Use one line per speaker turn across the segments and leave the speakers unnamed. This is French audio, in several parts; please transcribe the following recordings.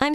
I'm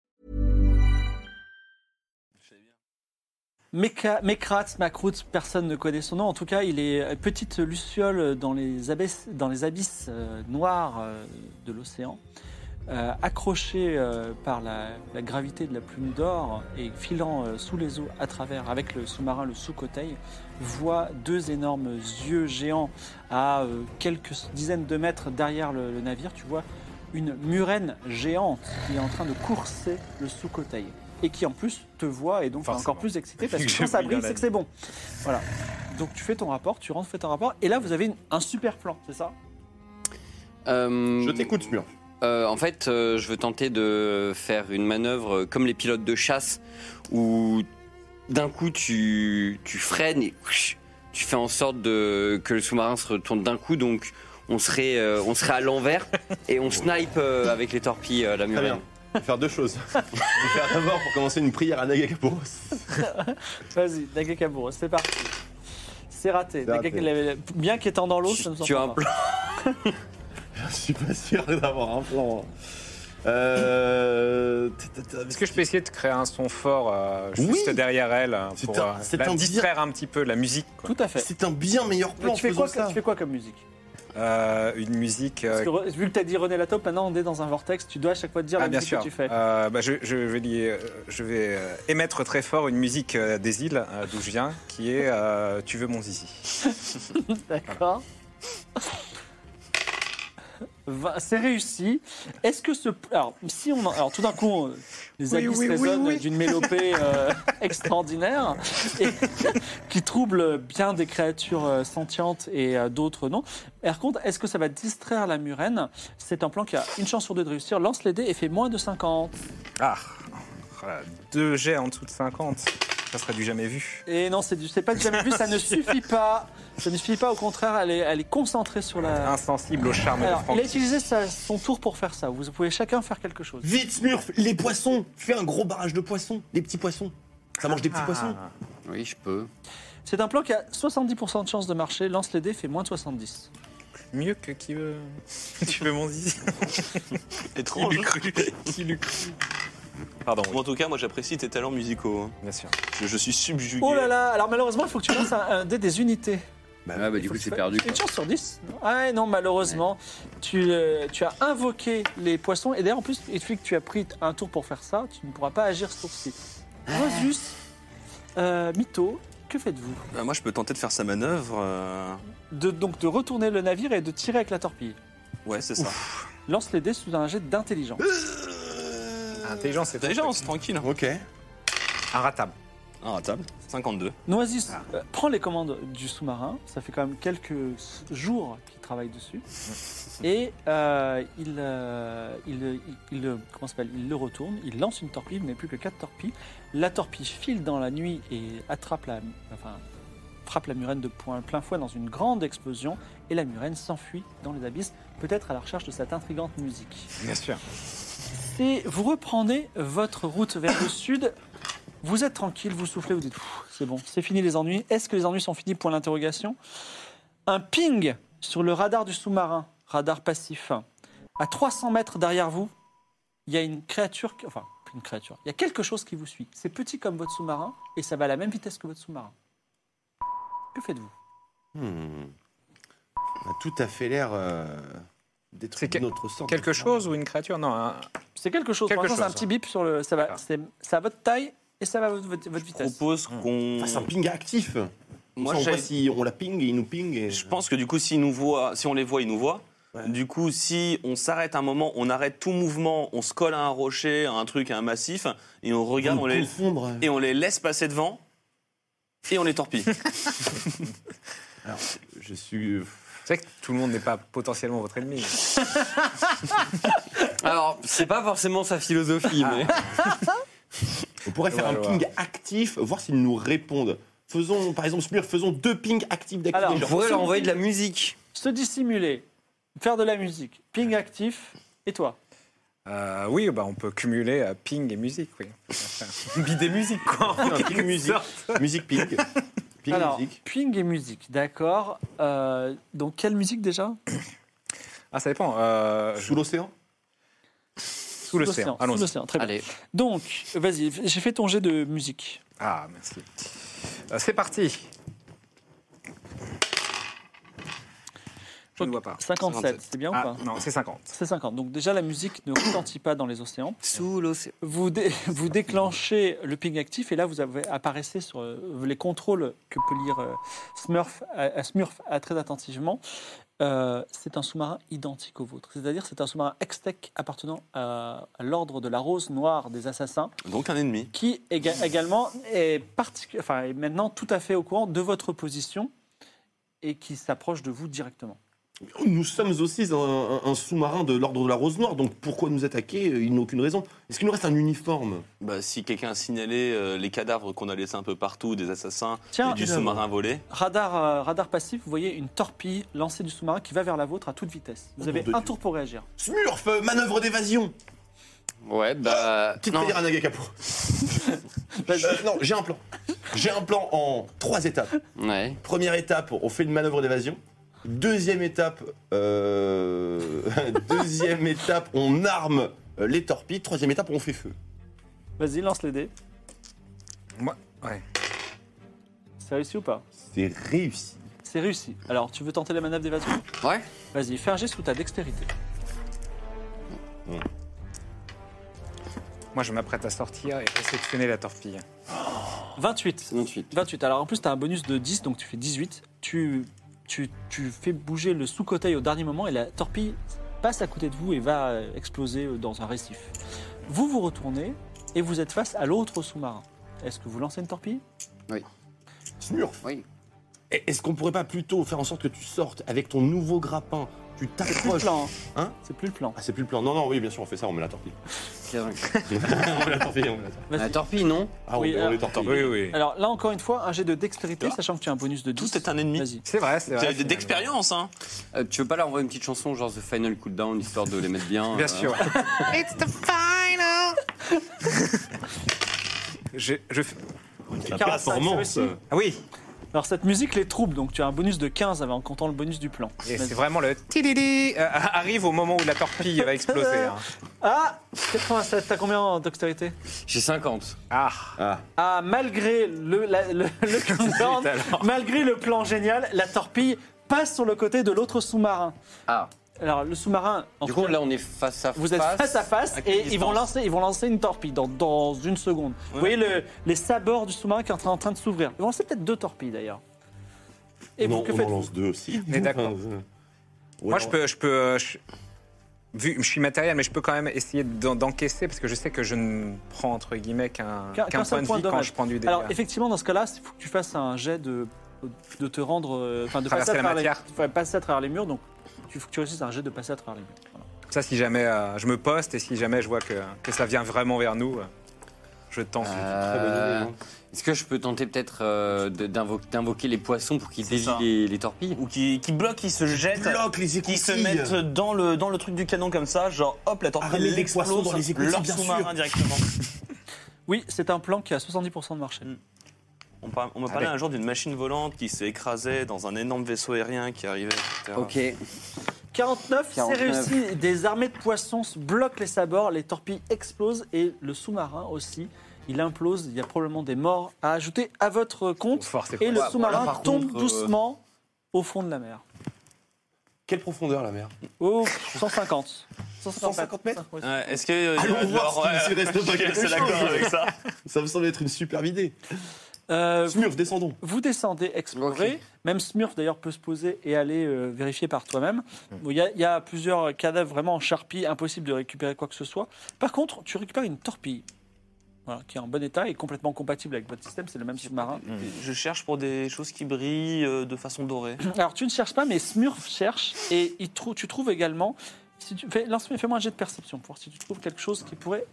Mekra- Mekratz, Makrutz, personne ne connaît son nom. En tout cas, il est euh, petite luciole dans les abysses, dans les abysses euh, noirs euh, de l'océan, euh, accroché euh, par la, la gravité de la plume d'or et filant euh, sous les eaux à travers avec le sous-marin le sous-coteil, voit deux énormes yeux géants à euh, quelques dizaines de mètres derrière le, le navire. Tu vois une murène géante qui est en train de courser le sous-coteil et qui en plus te voit et donc est encore
Forcément.
plus excité parce que
J'ai
quand ça
pris la
brille, c'est
laine.
que c'est bon. Voilà. Donc tu fais ton rapport, tu rentres, fais ton rapport, et là vous avez une- un super plan, c'est ça
Euh,
Je t'écoute, Mur.
euh, en fait, euh, je veux tenter de faire une manœuvre euh, comme les pilotes de chasse où d'un coup tu, tu freines et whish, tu fais en sorte de, que le sous-marin se retourne d'un coup. Donc on serait, euh, on serait à l'envers et on snipe euh, avec les torpilles euh, la
Très
muraille.
bien. Je vais faire deux choses. Je vais faire d'abord pour commencer une prière à Nagakapuros.
Vas-y, Nagakaburo, c'est parti. C'est raté.
C'est raté.
Nagaka- Bien qu'étant dans l'eau,
Tu-
ça nous
tu as
en
un
pas.
plan
Je suis pas sûr d'avoir un plan. hein. Euh... t- t- t-
Est-ce que je peux essayer de créer un son fort euh,
Oui.
juste derrière elle euh,
C'est
pour
un-
euh,
c'est
la
un
distraire un petit peu de la musique quoi.
Tout à fait.
C'est un bien meilleur
Mais
plan.
tu, fais
faisons
quoi,
ça.
tu fais quoi comme musique
Euh, Une musique.
Parce
euh,
que re- Vu que t'as dit René Lataupe, maintenant on est dans un vortex, tu dois à chaque fois dire
ah,
la
bien
musique
sûr.
que tu fais.
Euh, bah, je, je vais, lier- euh, je vais euh, émettre très fort une musique euh, des îles euh, d'où je viens, qui est euh, Tu veux mon zizi.
D'accord. Va- C'est réussi. Est-ce que ce alors si on en- alors tout d'un coup on- les
Oui,
abysses
oui, oui,
résonnent
oui.
d'une mélopée euh, extraordinaire et qui trouble bien des créatures euh, sentientes et euh, d'autres non. Par contre, est-ce que ça va distraire la murène C'est un plan qui a une chance sur deux de réussir. Lance les dés et fait moins de 50.
Ah, voilà, deux jets en dessous de 50. Ça serait du jamais vu.
Et non, c'est du c'est pas du jamais vu, ça ne suffit pas. Ça ne suffit pas au contraire, elle est elle est concentrée sur la
Insensible au charme
Alors,
de
il a
Franck.
utilisé sa- son tour pour faire ça. Vous pouvez chacun faire quelque chose.
Vite, Smurf, les poissons Fais un gros barrage de poissons, des petits poissons. Ça mange des petits poissons
Ah,
Oui, je peux.
C'est un plan qui a 70% de chance de marcher. Lance les dés, fait moins de 70.
mieux que qui veut. tu veux mon zizi Qui
Étrange.
l'eût cru Qui l'eût cru Pardon,
Bon,
oui,
En tout cas, moi j'apprécie tes talents musicaux. hein.
bien sûr.
Je, je suis subjugué.
Oh là là Alors malheureusement, il faut que tu lances un, un dé des unités.
Bah, ouais, bah, du
Faut
coup,
que
c'est
tu
perdu.
fasses-
quoi.
Une chance sur 10 Non. Ah non, malheureusement. Tu, euh, tu as invoqué les poissons. Et d'ailleurs, en plus, depuis que tu as pris un tour pour faire ça, tu ne pourras pas agir ce tour-ci.
Ah.
Rosus, euh, Mytho, que faites-vous
Bah, moi je peux tenter de faire sa manœuvre. euh,
de, Donc de retourner le navire et de tirer avec la torpille.
Ouais, c'est ça.
Lance les dés sous un jet d'intelligence.
Intelligence, c'est
Intelligence, tranquille. hein.
Ok.
Inratable.
Inratable. 52.
Noisy euh, prend les commandes du sous-marin. Ça fait quand même quelques s- jours qu'il travaille dessus. Et euh, il, euh, il, il, il le- comment ça s'appelle Il le retourne, il lance une torpille, il n'est plus que quatre torpilles. La torpille file dans la nuit et attrape la, enfin, frappe la murène de point- plein fouet dans une grande explosion. Et la murène s'enfuit dans les abysses, peut-être à la recherche de cette intrigante musique.
Bien sûr.
Et vous reprenez votre route vers le sud. Vous êtes tranquille, vous soufflez, vous dites Pff, c'est bon, c'est fini les ennuis. Est-ce que les ennuis sont finis Point l'interrogation. Un ping sur le radar du sous-marin, radar passif. À 300 mètres derrière vous, il y a une créature, qui- enfin une créature, il y a quelque chose qui vous suit. C'est petit comme votre sous-marin et ça va à la même vitesse que votre sous-marin. Que faites-vous
Hmm. On a tout à fait l'air euh, d'être
C'est que-
de notre sort.
Quelque chose ou une créature Non, un-
C'est quelque chose.
Quelque
Pour l'instant, c'est un
chose.
petit bip sur le. Ça va,
Ah.
c'est c'est à votre taille et ça va à votre, votre
Je
vitesse.
propose qu'on.
Enfin, c'est un ping actif.
Moi,
Moi, on voit
j'ai-
si on la ping et il nous ping. Et...
Je pense que du coup, s'ils nous voient, si on les voit, ils nous voient.
hein. Ouais.
Du coup, si on s'arrête un moment, on arrête tout mouvement, on se colle à un rocher, à un truc, à un massif, et on regarde, on les,
confondre.
et on les laisse passer devant, et on les torpille.
Je suis.
C'est vrai que tout le monde n'est pas potentiellement votre ennemi.
Alors, c'est pas forcément sa philosophie, mais.
On pourrait faire
Ouais,
un
ouais.
ping actif, voir s'ils nous répondent. Faisons, par exemple, Smur, faisons deux pings actifs
Alors,
d'activité.
On
genre.
pourrait leur envoyer de la musique.
Se dissimuler, faire de la musique, ping actif, et toi
Euh, oui, bah, on peut cumuler euh, ping et musique, oui. Bidet musique, quoi.
Un ping musique. Musique ping. Ping
Alors,
musique.
ping et musique, d'accord. Euh, donc, quelle musique déjà
Ah, ça dépend. euh, je-
Sous l'océan
Sous l'océan.
Sous
Allons-y.
l'océan, très bien.
Allez,
Donc, vas-y, j'ai fait ton jet de musique.
Ah, merci. Euh, c'est parti. Je ne vois pas.
57, c'est bien
Ah,
ou pas
non, c'est 50.
C'est 50. Donc, déjà, la musique ne retentit pas dans les océans.
sous l'océan.
Vous, dé- vous déclenchez le ping actif et là, vous avez- apparaissez sur euh, les contrôles que peut lire euh, Smurf, à, à Smurf à- très attentivement. Euh, c'est un sous-marin identique au vôtre. C'est-à-dire, c'est un sous-marin ex-tech appartenant à, à l'ordre de la rose noire des assassins
Donc un ennemi.
qui éga- également est, particu- enfin, est maintenant tout à fait au courant de votre position et qui s'approche de vous directement.
Nous sommes aussi un, un- un sous-marin de l'ordre de la Rose Noire, donc pourquoi nous attaquer euh, Ils n'ont aucune raison. Est-ce qu'il nous reste un uniforme
Bah, si quelqu'un a signalé euh, les cadavres qu'on a laissés un peu partout, des assassins
Tiens,
et du
euh,
sous-marin volé,
radar, euh, radar passif, vous voyez une torpille lancée du sous-marin qui va vers la vôtre à toute vitesse. Vous
Oh,
avez
mon Dieu.
un tour pour réagir.
Smurf, euh, manœuvre d'évasion
Ouais, bah.
Petite
non.
prière à Nagakapo.
Vas-y.
Euh, non, j'ai un plan. J'ai un plan en trois étapes.
Ouais.
Première étape, on fait une manœuvre d'évasion. Deuxième étape, euh, deuxième étape, on arme euh, les torpilles. Troisième étape, on fait feu.
Vas-y, lance les dés.
Moi, ouais.
C'est réussi ou pas
C'est réussi.
C'est réussi. Alors, tu veux tenter la manœuvre d'évasion
Ouais.
Vas-y, fais un geste sous ta dextérité.
Moi, je m'apprête à sortir et essayer de freiner la torpille.
28.
28.
28. Alors, en plus, tu as un bonus de 10, donc tu fais 18. Tu, tu, tu fais bouger le sous-côté au dernier moment et la torpille passe à côté de vous et va euh, exploser dans un récif. Vous vous retournez et vous êtes face à l'autre sous-marin. Est-ce que vous lancez une torpille
Smurf.
Oui.
Et- Est-ce qu'on pourrait pas plutôt faire en sorte que tu sortes avec ton nouveau grappin
C'est plus
Tu
le
t'accroches.
plan.
Hein
C'est plus le plan.
Ah, c'est plus le plan. Non, non, oui, bien sûr, on fait ça, on met la torpille. on met la torpille, on met la torpille.
La
Vas-y.
torpille, non
Ah, on,
Oui,
on
alors-
les torpille.
oui.
Alors là encore une fois, un jet de dextérité,
Ah.
sachant que tu as un bonus de 10.
tout est un ennemi.
Vas-y.
C'est vrai, c'est vrai.
T'as des-
finalement.
d'expérience, hein
Euh, Tu veux pas leur envoyer une petite chanson, genre The Final Cooldown, histoire de les mettre bien
Bien
euh,
sûr. It's the je, je fais-
La
45,
performance.
c'est réussi.
Ah oui,
Alors cette musique les trouble, donc tu as un bonus de 15 avant en comptant le bonus du plan.
et
Vas-y.
c'est vraiment le tididi, euh, arrive au moment où la torpille va exploser. hein.
Ah 87, t'as combien en dextérité
J'ai 50.
Ah,
Ah, malgré le, la- le, le countdown,
alors.
malgré le plan génial, la torpille passe sur le côté de l'autre sous-marin.
Ah.
Alors le sous-marin, en
Du
tout
coup,
cas,
là, on est face à face.
vous êtes face à face
à
et
quelle
ils vont,
distance
lancer, ils vont lancer une torpille dans, dans une seconde. Vous voyez le- les sabords du sous-marin qui est en train, en train de s'ouvrir. Ils vont lancer peut-être deux torpilles d'ailleurs. Et
non,
vous, que
on en
faites-vous
lance deux aussi.
On est d'accord. Moi, je peux, je peux, euh, je- vu, je suis matériel, mais je peux quand même essayer d'en- d'encaisser parce que je sais que je ne prends entre guillemets qu'un
Qu'un-
qu'un
qu'un seul
point de
point
vie
de
quand
dommage.
je prends du dégât.
Alors effectivement, dans ce cas-là, il faut que tu fasses un jet de, de te rendre, euh, enfin de passer
Traverser
à,
la
travers les,
matière.
enfin, passer à travers les murs. Donc il faut que tu réussisses un jet de passer à travers les murs. Voilà.
Ça, si jamais euh, je me poste et si jamais je vois que, que ça vient vraiment vers nous, euh, je Ah, tente.
Euh, Est-ce que je peux tenter peut-être euh, de- d'invo- d'invoquer les poissons pour qu'ils
C'est
dévient
ça.
les, les torpilles
Ou qui, qui bloque, qui se jette,
Bloque les
qui
écoutilles.
se mettent euh, dans le, dans le truc du canon comme ça, genre hop, la torpille
Armée des
l'explose,
poissons dans les écoutilles,
leur
bien
sous-marin
sûr.
directement.
Oui, c'est un plan qui a 70% de marché.
On, par- on m'a parlé
Allez.
un jour d'une machine volante qui s'est écrasée dans un énorme vaisseau aérien qui arrivait. etc.
Ok.
49, c'est
49.
réussi. Des armées de poissons se bloquent les sabords, les torpilles explosent et le sous-marin aussi. Il implose, il y a probablement des morts à ajouter à votre compte.
force
Et le
Ouais,
sous-marin
voilà, par
tombe
contre, euh,
doucement au fond de la mer.
Quelle profondeur, la mer
Oh, 150.
150 mètres
Ouais,
Ouais, Est-ce que. euh,
Allons
leur-
voir
ouais,
s'il reste pas
je suis
quelque
assez d'accord
chose.
avec ça.
Ça me semble être une superbe idée.
Euh,
Smurf, descendons.
Vous descendez explorer. Même Smurf, d'ailleurs, peut se poser et aller euh, vérifier par toi-même. Bon, Il y, a- il y a plusieurs cadavres vraiment en charpie, impossible de récupérer quoi que ce soit. Par contre, tu récupères une torpille. voilà, qui est en bon état et complètement compatible avec votre système. C'est le même sous-marin.
Je cherche pour des choses qui brillent euh, de façon dorée.
Alors tu ne cherches pas, mais Smurf cherche et il trou- tu trouves également. Si tu fais, lance- fais-moi un jet de perception pour voir si tu trouves quelque chose qui pourrait.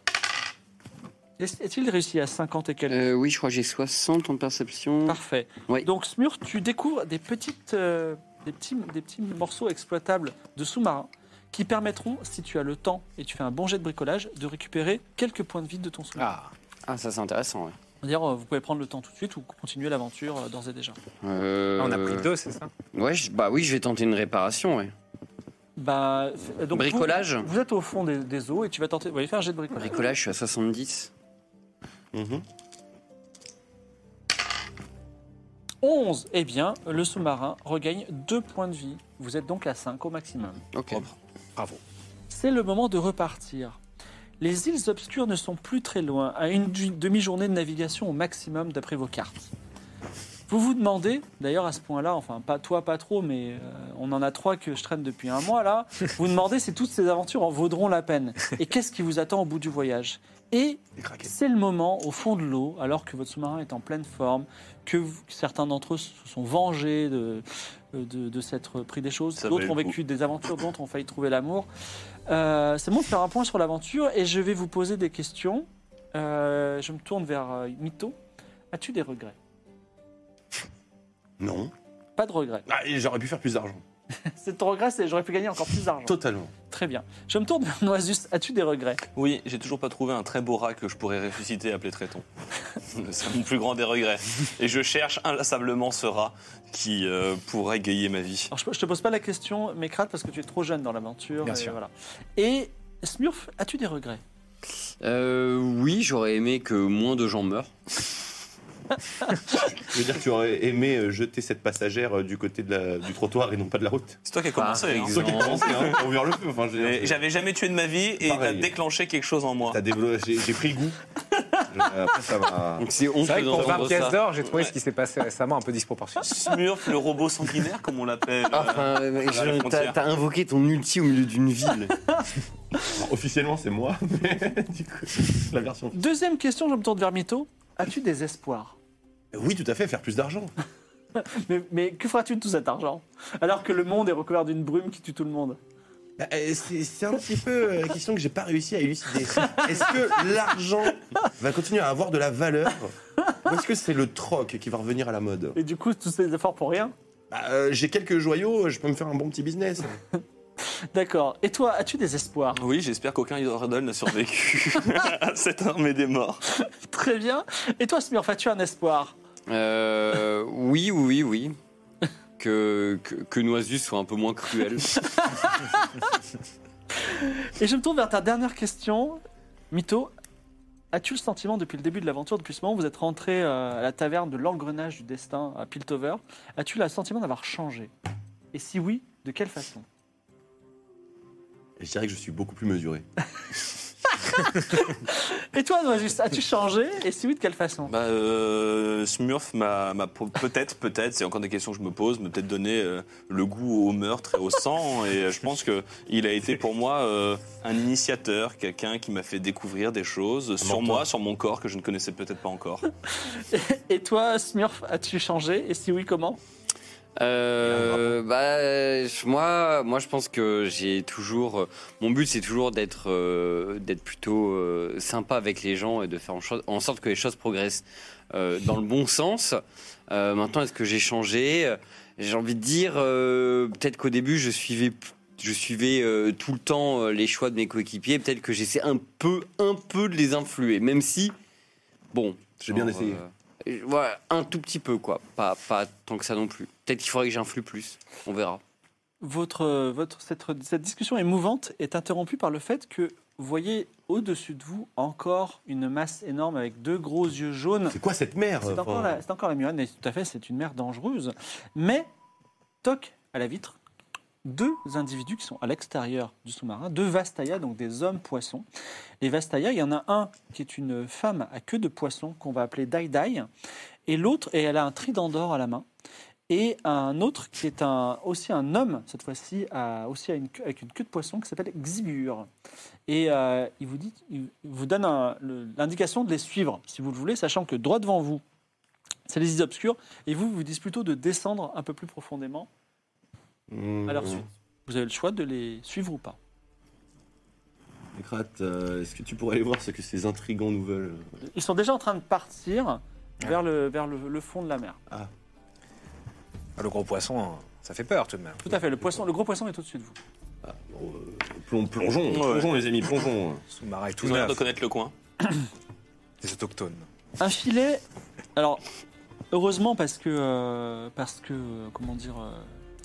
Est- Est-il réussi à 50 et quelques
Euh, oui, je crois que j'ai 60 en perception.
Parfait.
Mm. Oui.
Donc Smurf, tu découvres des petites, euh, des petits, des petits morceaux exploitables de sous-marins qui permettront, si tu as le temps et tu fais un bon jet de bricolage, de récupérer quelques points de vie de ton sous-marin.
Ah,
Ah, ça c'est intéressant, ouais.
C'est-à-dire, euh, vous pouvez prendre le temps tout de suite ou continuer l'aventure euh, d'ores et déjà.
Euh,
on a pris deux, c'est ça
Ouais, je- bah oui, je vais tenter une réparation, ouais.
Bah, f- donc,
Bricolage
vous, vous êtes au fond des, des eaux et tu vas tenter. Vous allez faire un jet de bricolage.
Bricolage, je suis à 70.
11 Eh bien, le sous-marin regagne 2 points de vie. Vous êtes donc à 5 au maximum.
Ok.
Bravo.
C'est le moment de repartir. Les îles obscures ne sont plus très loin, à une du- demi-journée de navigation au maximum d'après vos cartes. Vous vous demandez, d'ailleurs à ce point-là, enfin pas toi, pas trop, mais euh, on en a trois que je traîne depuis un mois là, vous demandez si toutes ces aventures en vaudront la peine et qu'est-ce qui vous attend au bout du voyage. Et c'est le moment, au fond de l'eau, alors que votre sous-marin est en pleine forme, que vous- que certains d'entre eux se sont vengés de, euh, de, de s'être pris des choses,
Ça
d'autres
valait
ont
le coup.
vécu des aventures, d'autres ont failli trouver l'amour. Euh, c'est bon de faire un point sur l'aventure et je vais vous poser des questions. Euh, je me tourne vers euh, Mito. As-tu des regrets
Non.
Pas de regrets.
Ah, et j'aurais pu faire plus d'argent.
C'est ton regret, c'est j'aurais pu gagner encore plus d'argent.
Totalement.
Très bien. Je me tourne vers Noisus. As-tu des regrets
Oui, j'ai toujours pas trouvé un très beau rat que je pourrais ressusciter et appeler Tréton. C'est mon plus grand des regrets. Et je cherche inlassablement ce rat qui euh, pourrait gayer ma vie.
Alors je, je te pose pas la question, Mécrate, parce que tu es trop jeune dans l'aventure.
Bien
et
sûr.
voilà. Et Smurf, as-tu des regrets
Euh, oui, j'aurais aimé que moins de gens meurent.
Je veux dire, tu aurais aimé euh, jeter cette passagère euh, du côté de la- du trottoir et non pas de la route.
C'est toi qui as commencé. hein.
C'est toi qui as commencé, hein, à ouvrir le feu. Enfin, je veux dire,
Et J'avais jamais tué de ma vie et t'as
Pareil.
déclenché quelque chose en moi.
t'as développé- J'ai j'ai pris goût. Je- euh, Après, ça m'a.
Donc c'est
C'est vrai
honteux
que pour
d'entendre
20 pièces
ça.
d'or, j'ai trouvé ce qui s'est passé récemment un peu disproportionné.
Smurf, le robot sanguinaire, comme on l'appelle.
Ah.
Enfin, euh,
la
je-
frontière.
t'as t'as invoqué ton ulti au milieu d'une ville.
Alors, officiellement, c'est moi. Mais du coup, la version.
Deuxième question, je me tourne vers Mito. As-tu des espoirs
Oui, tout à fait, faire plus d'argent.
mais, mais que feras-tu de tout cet argent Alors que le monde est recouvert d'une brume qui tue tout le monde.
Bah, euh, C'est c'est un petit peu euh, la question que j'ai pas réussi à élucider. Est-ce que l'argent va continuer à avoir de la valeur ou est-ce que c'est le troc qui va revenir à la mode
Et du coup, tous ces efforts pour rien
Bah, euh, J'ai quelques joyaux, je peux me faire un bon petit business.
D'accord. Et toi, as-tu des espoirs
Oui, j'espère qu'aucun Yordle n'a survécu à cette armée des morts.
Très bien. Et toi, Smurf, as-tu un espoir
Euh, oui, oui, oui. Que, que, que Noisus soit un peu moins cruel.
Et je me tourne vers ta dernière question. Mito, as-tu le sentiment depuis le début de l'aventure, depuis ce moment où vous êtes rentré euh, à la taverne de l'engrenage du destin à Piltover, as-tu le sentiment d'avoir changé Et si oui, de quelle façon
Je dirais que je suis beaucoup plus mesuré.
Et toi, Noisus, as-tu changé Et si oui, de quelle façon
Bah, euh, Smurf m'a m'a po- peut-être, peut-être, c'est encore des questions que je me pose, m'a peut-être donné euh, le goût au meurtre et au sang. Et euh, je pense que il a été pour moi euh, un initiateur, quelqu'un qui m'a fait découvrir des choses sur moi, sur mon corps que je ne connaissais peut-être pas encore.
Et toi, Smurf, as-tu changé Et si oui, comment
Euh, bah, je- moi, moi, je pense que j'ai toujours. euh, Mon but, c'est toujours d'être, euh, d'être plutôt euh, sympa avec les gens et de faire en, cho- en sorte que les choses progressent euh, dans le bon sens. Euh, maintenant, est-ce que j'ai changé J'ai envie de dire, euh, peut-être qu'au début, je suivais, p- je suivais euh, tout le temps euh, les choix de mes coéquipiers. Peut-être que j'essaie un peu, un peu de les influer, même si, bon,
J'ai bien
Genre,
essayé.
euh, et voilà, un tout petit peu, quoi. Pas, pas tant que ça non plus. Peut-être qu'il faudrait que j'influe plus. On verra.
votre, euh, votre, cette, cette discussion émouvante est interrompue par le fait que vous voyez au-dessus de vous encore une masse énorme avec deux gros yeux jaunes
C'est quoi cette mer
C'est encore, la, c'est encore la Muanne, et tout à fait, c'est une mer dangereuse. Mais, toc, à la vitre, deux individus qui sont à l'extérieur du sous-marin, deux Vastaya, donc des hommes poissons. Les Vastaya, il y en a un qui est une femme à queue de poisson qu'on va appeler Dai Dai, et l'autre, et elle a un trident d'or à la main. et un autre qui est un, aussi un homme, cette fois-ci, à- aussi à une queue- avec une queue de poisson, qui s'appelle Xibur. Et euh, il, vous dit, il vous donne un- le- l'indication de les suivre, si vous le voulez, sachant que droit devant vous, c'est les îles obscures, et vous, vous disent plutôt de descendre un peu plus profondément
Hmm.
à
Mhm.
leur suite. Vous avez le choix de les suivre ou pas.
Krat, euh, est-ce que tu pourrais aller voir ce que ces intrigants nous veulent
Ils sont déjà en train de partir vers le, vers le, le fond de la mer.
Le gros poisson, euh, ça fait peur tout de même.
Tout à fait, le, poisson, le gros poisson est au-dessus de vous.
Bon, euh, plon- Plongeons, plongeons les amis, plongeons.
Sous-marin et tout
Ils ont l'air de
neuf.
connaître le coin.
Des autochtones.
Un filet. Alors, heureusement, parce que. euh, parce que. euh, Comment dire. euh,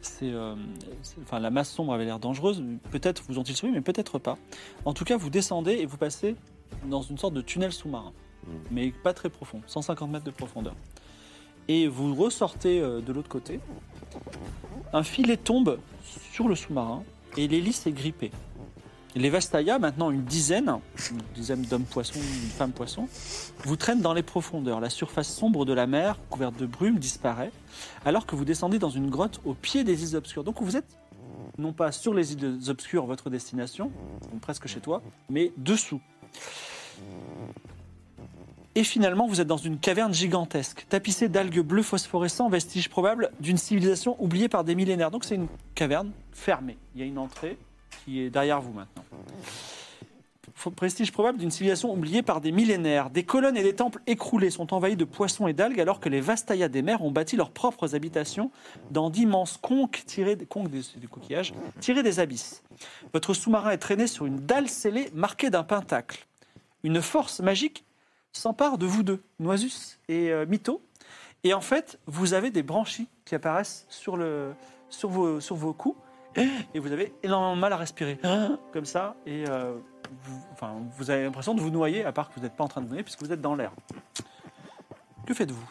c'est, euh, c'est- enfin, la masse sombre avait l'air dangereuse. Peut-être vous ont-ils sauvé, mais peut-être pas. En tout cas, vous descendez et vous passez dans une sorte de tunnel sous-marin, mais pas très profond, 150 mètres de profondeur. Et vous ressortez euh, de l'autre côté. Un filet tombe sur le sous-marin et l'hélice est grippée. Les Vastaya, maintenant une dizaine, une dizaine d'hommes poissons, une femme poisson, vous traîne dans les profondeurs. La surface sombre de la mer, couverte de brume, disparaît, alors que vous descendez dans une grotte au pied des îles obscures. Donc vous êtes non pas sur les îles obscures, votre destination, donc presque chez toi, mais dessous. Et finalement, vous êtes dans une caverne gigantesque, tapissée d'algues bleues phosphorescentes, vestiges probables d'une civilisation oubliée par des millénaires. Donc c'est une caverne fermée. Il y a une entrée qui est derrière vous maintenant. F- Prestige probable d'une civilisation oubliée par des millénaires. Des colonnes et des temples écroulés sont envahis de poissons et d'algues alors que les Vastaya des mers ont bâti leurs propres habitations dans d'immenses conques tirées des, conques des, des coquillages tirés des abysses. Votre sous-marin est traîné sur une dalle scellée marquée d'un pentacle. Une force magique s'empare de vous deux, Noisus et euh, Mito. Et en fait, vous avez des branchies qui apparaissent sur, le, sur, vos, sur vos coups et vous avez énormément de mal à respirer. Comme ça, et euh, vous, enfin, vous avez l'impression de vous noyer, à part que vous n'êtes pas en train de vous noyer puisque vous êtes dans l'air. Que faites-vous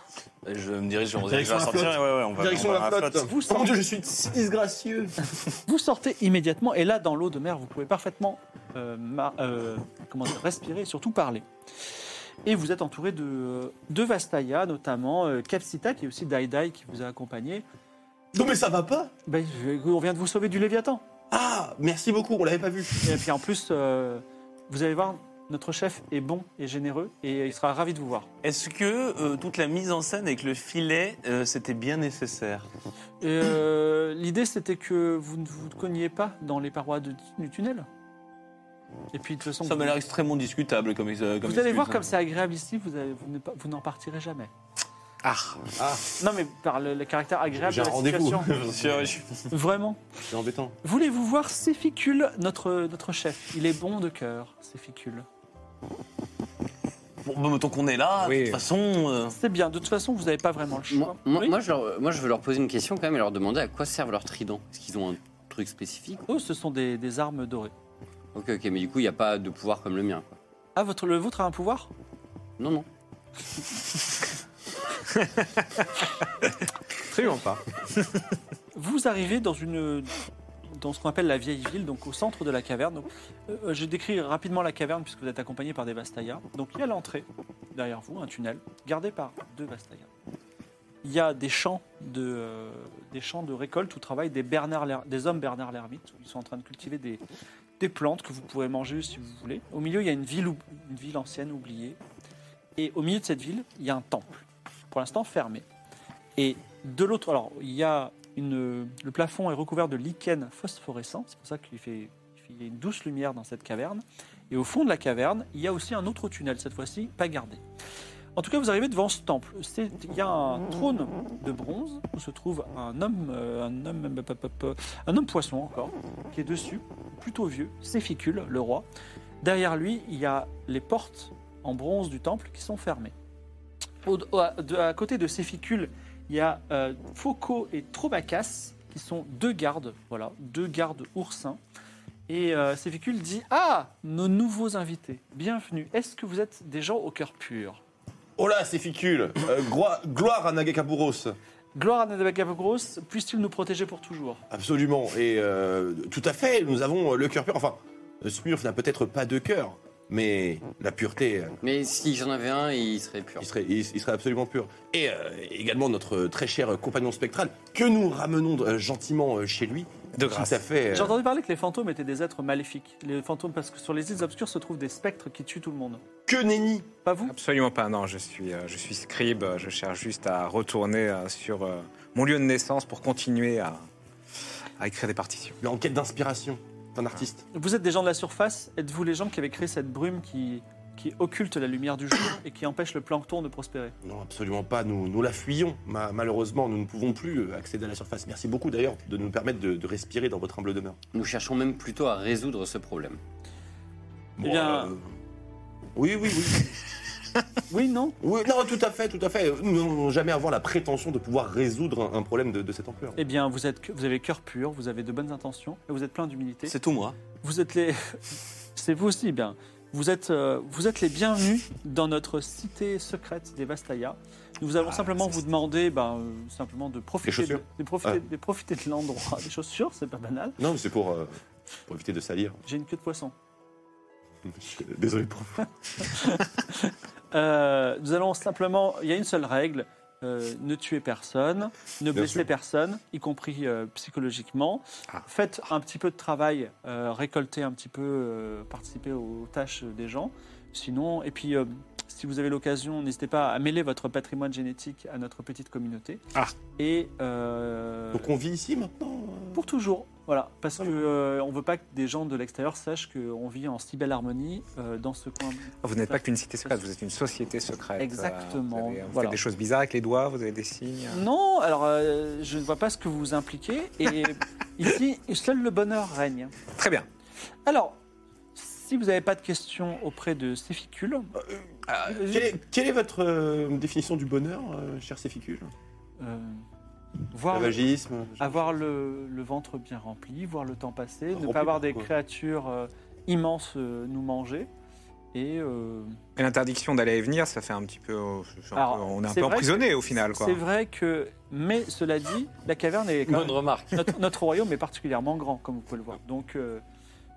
Euh, Je me dirige vers
Direction la
sortir.
flotte.
Ouais, ouais, on va,
Direction
on va
la
à
flotte.
Vous
Oh mon
sortez,
dieu, je suis si disgracieux.
vous sortez immédiatement, et là, dans l'eau de mer, vous pouvez parfaitement euh, ma- euh, comment dire, respirer et surtout parler. Et vous êtes entouré de, euh, de Vastaya, notamment euh, Capsita, qui est aussi Daidai qui vous a accompagné.
Non mais ça va pas
Ben, je- on vient de vous sauver du Léviathan.
Ah, merci beaucoup, on l'avait pas vu.
Et puis en plus, euh, vous allez voir, notre chef est bon et généreux, et il sera ravi de vous voir.
Est-ce que euh, toute la mise en scène avec le filet, euh, c'était bien nécessaire
Et, euh, L'idée, c'était que vous ne vous cogniez pas dans les parois de- du tunnel. Et puis, de toute façon,
Ça m'a
vous,
l'air extrêmement discutable comme, ex- comme
vous allez
excuse. hein.
voir comme c'est agréable ici, vous, allez- vous ne pas- vous n'en partirez jamais.
Ah,
Non, mais par le, le caractère agréable
J'ai
de
un
la
rendez-vous.
situation.
Monsieur, je-
Vraiment.
C'est embêtant.
Voulez-vous voir Séficule, notre, notre chef Il est bon de cœur, Séficule.
Bon, bah, tant qu'on est là,
Oui.
de toute façon. euh,
C'est bien, de toute façon, vous n'avez pas vraiment le choix.
Moi, moi-
Oui
moi, je leur- moi, je veux leur poser une question quand même et leur demander à quoi servent leurs tridents. Est-ce qu'ils ont un truc spécifique
Oh, ce sont des, des armes dorées.
Ok, ok, mais du coup, il n'y a pas de pouvoir comme le mien. Quoi.
Ah, votre, le vôtre a un pouvoir
Non, non.
absolument pas.
Vous arrivez dans une dans ce qu'on appelle la vieille ville, donc au centre de la caverne. Donc, euh, je décris rapidement la caverne puisque vous êtes accompagné par des Vastaya. Donc il y a l'entrée derrière vous, un tunnel gardé par deux Vastaya. Il y a des champs de euh, des champs de récolte où travaillent des Bernard Ler- des hommes Bernard l'ermite. où Ils sont en train de cultiver des des plantes que vous pourrez manger si vous voulez. Au milieu, il y a une ville ou- une ville ancienne oubliée. Et au milieu de cette ville, il y a un temple, pour l'instant fermé. Et de l'autre, alors il y a une- le plafond est recouvert de lichen phosphorescent, c'est pour ça qu'il fait, il y a une douce lumière dans cette caverne. Et au fond de la caverne, il y a aussi un autre tunnel, cette fois-ci pas gardé. En tout cas, vous arrivez devant ce temple. C'est- Il y a un trône de bronze où se trouve un homme, euh, un homme, hop, hop, hop, un homme poisson encore, qui est dessus, plutôt vieux, Séficule, le roi. Derrière lui, il y a les portes en bronze du temple qui sont fermées. Au- au- à, de- à côté de Séficule, il y a euh, Foco et Trobacas qui sont deux gardes, voilà, deux gardes oursins. Et euh, Séficule dit Ah, nos nouveaux invités, bienvenue. Est-ce que vous êtes des gens au cœur pur
Oh là, c'est ficule. Euh, gloire, gloire à Nagakaburos.
Gloire à Nadabakapogros, puisse-t-il nous protéger pour toujours
Absolument. Et euh, tout à fait, nous avons euh, le cœur pur. Enfin, euh, Smurf n'a peut-être pas de cœur, mais la pureté,
Mais si j'en avais un, il serait pur.
il serait, il, il serait absolument pur. Et euh, également notre très cher compagnon spectral, que nous ramenons euh, gentiment euh, chez lui.
De
Tout
grâce.
à fait. euh,
J'ai entendu parler que les fantômes étaient des êtres maléfiques. Les fantômes, parce que sur les îles obscures se trouvent des spectres qui tuent tout le monde.
que nenni
Pas vous
Absolument pas, non, je suis, euh, je suis scribe, euh, je cherche juste à retourner euh, sur euh, mon lieu de naissance pour continuer à, à écrire des partitions.
Mais en quête d'inspiration d'un artiste.
Vous êtes des gens de la surface. Êtes-vous les gens qui avaient créé cette brume qui, qui occulte la lumière du jour et qui empêche le plancton de prospérer
Non, absolument pas. Nous, nous la fuyons. Ma- malheureusement, nous ne pouvons plus euh, accéder à la surface. Merci beaucoup d'ailleurs de nous permettre de, de respirer dans votre humble demeure.
Nous cherchons même plutôt à résoudre ce problème.
Eh bien-
euh, Oui, oui, oui.
Oui, non
Oui, non, tout à fait, tout à fait. Nous n'allons jamais avoir la prétention de pouvoir résoudre un, un problème de, de cette ampleur.
Eh bien, vous, êtes, vous avez cœur pur, vous avez de bonnes intentions et vous êtes plein d'humilité.
C'est tout moi.
Vous êtes les. C'est vous aussi bien. Vous êtes, euh, vous êtes les bienvenus dans notre cité secrète des Vastaya. Nous allons
Ah,
simplement
c'est-
vous demander ben, euh, simplement de profiter, de,
chaussures
de profiter,
Ah.
de profiter de l'endroit. Des chaussures, c'est pas banal.
Non, mais c'est pour, euh, pour éviter de salir.
J'ai une queue de poisson.
Désolé pour vous.
Euh, nous allons simplement. Il y a une seule règle. euh, ne tuez personne, ne blessez
sûr.
personne, y compris euh, psychologiquement.
Ah.
Faites un petit peu de travail, euh, récoltez un petit peu, euh, participez aux tâches des gens. Sinon, et puis euh, si vous avez l'occasion, n'hésitez pas à mêler votre patrimoine génétique à notre petite communauté.
Ah.
Et euh,
Donc on vit ici maintenant
pour toujours. Voilà, parce que euh, on veut pas que des gens de l'extérieur sachent qu'on vit en si belle harmonie euh, dans ce coin.
Vous n'êtes pas qu'une cité secrète, vous êtes une société secrète. euh,
Exactement,
Vous, avez- vous
voilà.
faites des choses bizarres avec les doigts, vous avez des signes. euh.
Non, alors euh, je ne vois pas ce que vous vous impliquez. Et ici, seul le bonheur règne.
Très bien.
Alors, si vous n'avez pas de questions auprès de Séficule, euh,
quelle, Euh, est, quelle est votre euh, définition du bonheur, euh, cher Céficule
euh,
Ah.
voir, le-
Lavagisme
avoir le, le ventre bien rempli, voir le temps passer, ne
Rempli
pas avoir
par
des
quoi
créatures euh, immenses euh, nous manger. Et euh,
Et l'interdiction d'aller et venir, ça fait un petit peu. euh, c'est un
Alors,
peu- on est un
c'est
peu
vrai
emprisonné au final, quoi.
c'est vrai que, mais cela dit, la caverne est quand
Bonne
même-
remarque.
notre, notre royaume est particulièrement grand, comme vous pouvez le voir. Donc, euh,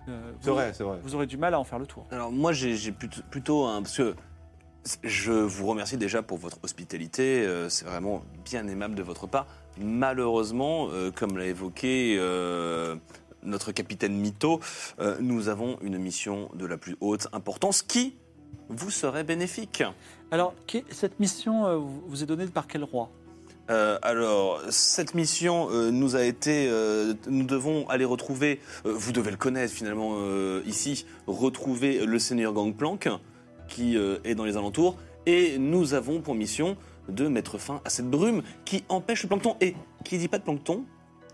euh,
C'est
vous-
vrai, c'est vrai.
vous aurez du mal à en faire le tour.
Alors moi j'ai j'ai plut- plutôt un... Parce que je vous remercie déjà pour votre hospitalité, euh, c'est vraiment bien aimable de votre part. Malheureusement, euh, comme l'a évoqué euh, notre capitaine Mito, euh, nous avons une mission de la plus haute importance qui vous serait bénéfique.
Alors, qu'est- cette mission euh, vous vous est donnée par quel roi
Euh, alors, cette mission euh, nous a été... euh, nous devons aller retrouver, euh, vous devez le connaître finalement euh, ici, retrouver le seigneur Gangplank qui euh, est dans les alentours. Et nous avons pour mission de mettre fin à cette brume qui empêche le plancton. Et qui dit pas de plancton,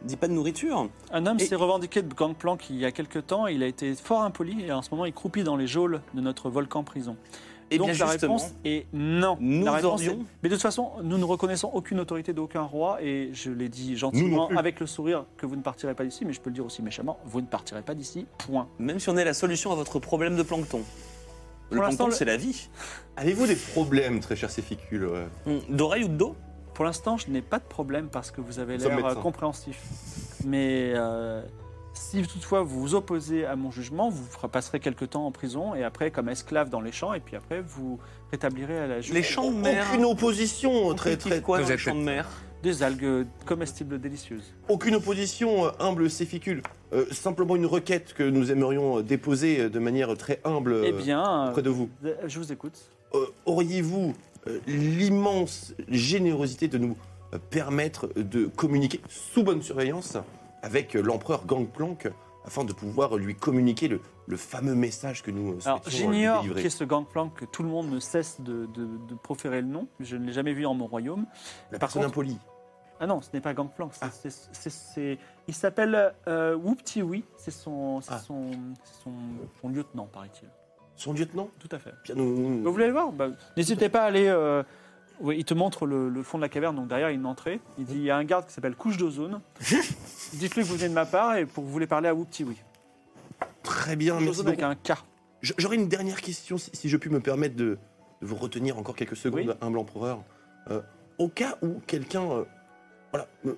dit pas de nourriture.
Un homme
Et-
s'est revendiqué de Gangplank il y a quelques temps, il a été fort impoli et en ce moment il croupit dans les geôles de notre volcan prison.
Et
Donc
Eh bien
la
justement,
réponse est non.
nous
La réponse
aurions-
est- Mais de toute façon, nous ne reconnaissons aucune autorité d'aucun roi et je l'ai dit
Nous non
gentiment
plus.
avec le sourire que vous ne partirez pas d'ici, mais je peux le dire aussi méchamment, vous ne partirez pas d'ici, point.
même si on est la solution à votre problème de plancton. Le
Pour l'instant,
plancton,
le-
c'est la vie.
Avez-vous des problèmes, très cher Céficule euh ouais
Hum, D'oreille ou de dos
Pour l'instant, je n'ai pas de problème parce que vous avez
Nous sommes
l'air euh,
médecins.
compréhensif. Mais euh, si toutefois vous vous opposez à mon jugement, vous fera- passerez quelques temps en prison et après comme esclave dans les champs et puis après vous rétablirez à la
Les
justice
Oh,
champs de mer.
Aucune opposition, très,
Compétitif,
très,
quoi
Vous
dans les
êtes-
champs de mer
des algues comestibles délicieuses.
aucune opposition, euh, humble Céficule. Euh, simplement une requête que nous aimerions euh, déposer euh, de manière très humble euh,
eh bien, euh,
auprès de vous.
je vous écoute.
Euh, auriez-vous euh, l'immense générosité de nous euh, permettre de communiquer sous bonne surveillance avec euh, l'empereur Gangplank afin de pouvoir lui communiquer le, le fameux message que nous euh,
Alors,
souhaitions euh, lui
j'ignore qui
délivrer
est ce gangplank que tout le monde ne cesse de, de- de proférer le nom. Je ne l'ai jamais vu en mon royaume.
La
par
personne
contre-
impolie.
Ah non, ce n'est pas Gangplank. c'est-
Ah.
c'est- c'est- c'est- Il s'appelle euh, Whoopty-Wee. C'est son, c'est
Ah.
son, c'est son, son lieutenant, paraît-il.
Son lieutenant
Tout à fait.
Bien, nous- nous-
Vous voulez le voir Bah, N'hésitez pas à aller. euh, oui, il te montre le, le fond de la caverne, donc derrière il y a une entrée. Il dit il y a un garde qui s'appelle Couche d'Ozone. Dites-lui que vous venez de ma part et pour vous voulez parler à Whoopty-Wee.
Très bien,
Couche
merci
d'Ozone avec
beaucoup.
un K.
J- J'aurais une dernière question, si, si je puis me permettre de, de vous retenir encore quelques secondes,
Oui.
humble empereur. Euh, au cas où quelqu'un... euh, voilà. euh,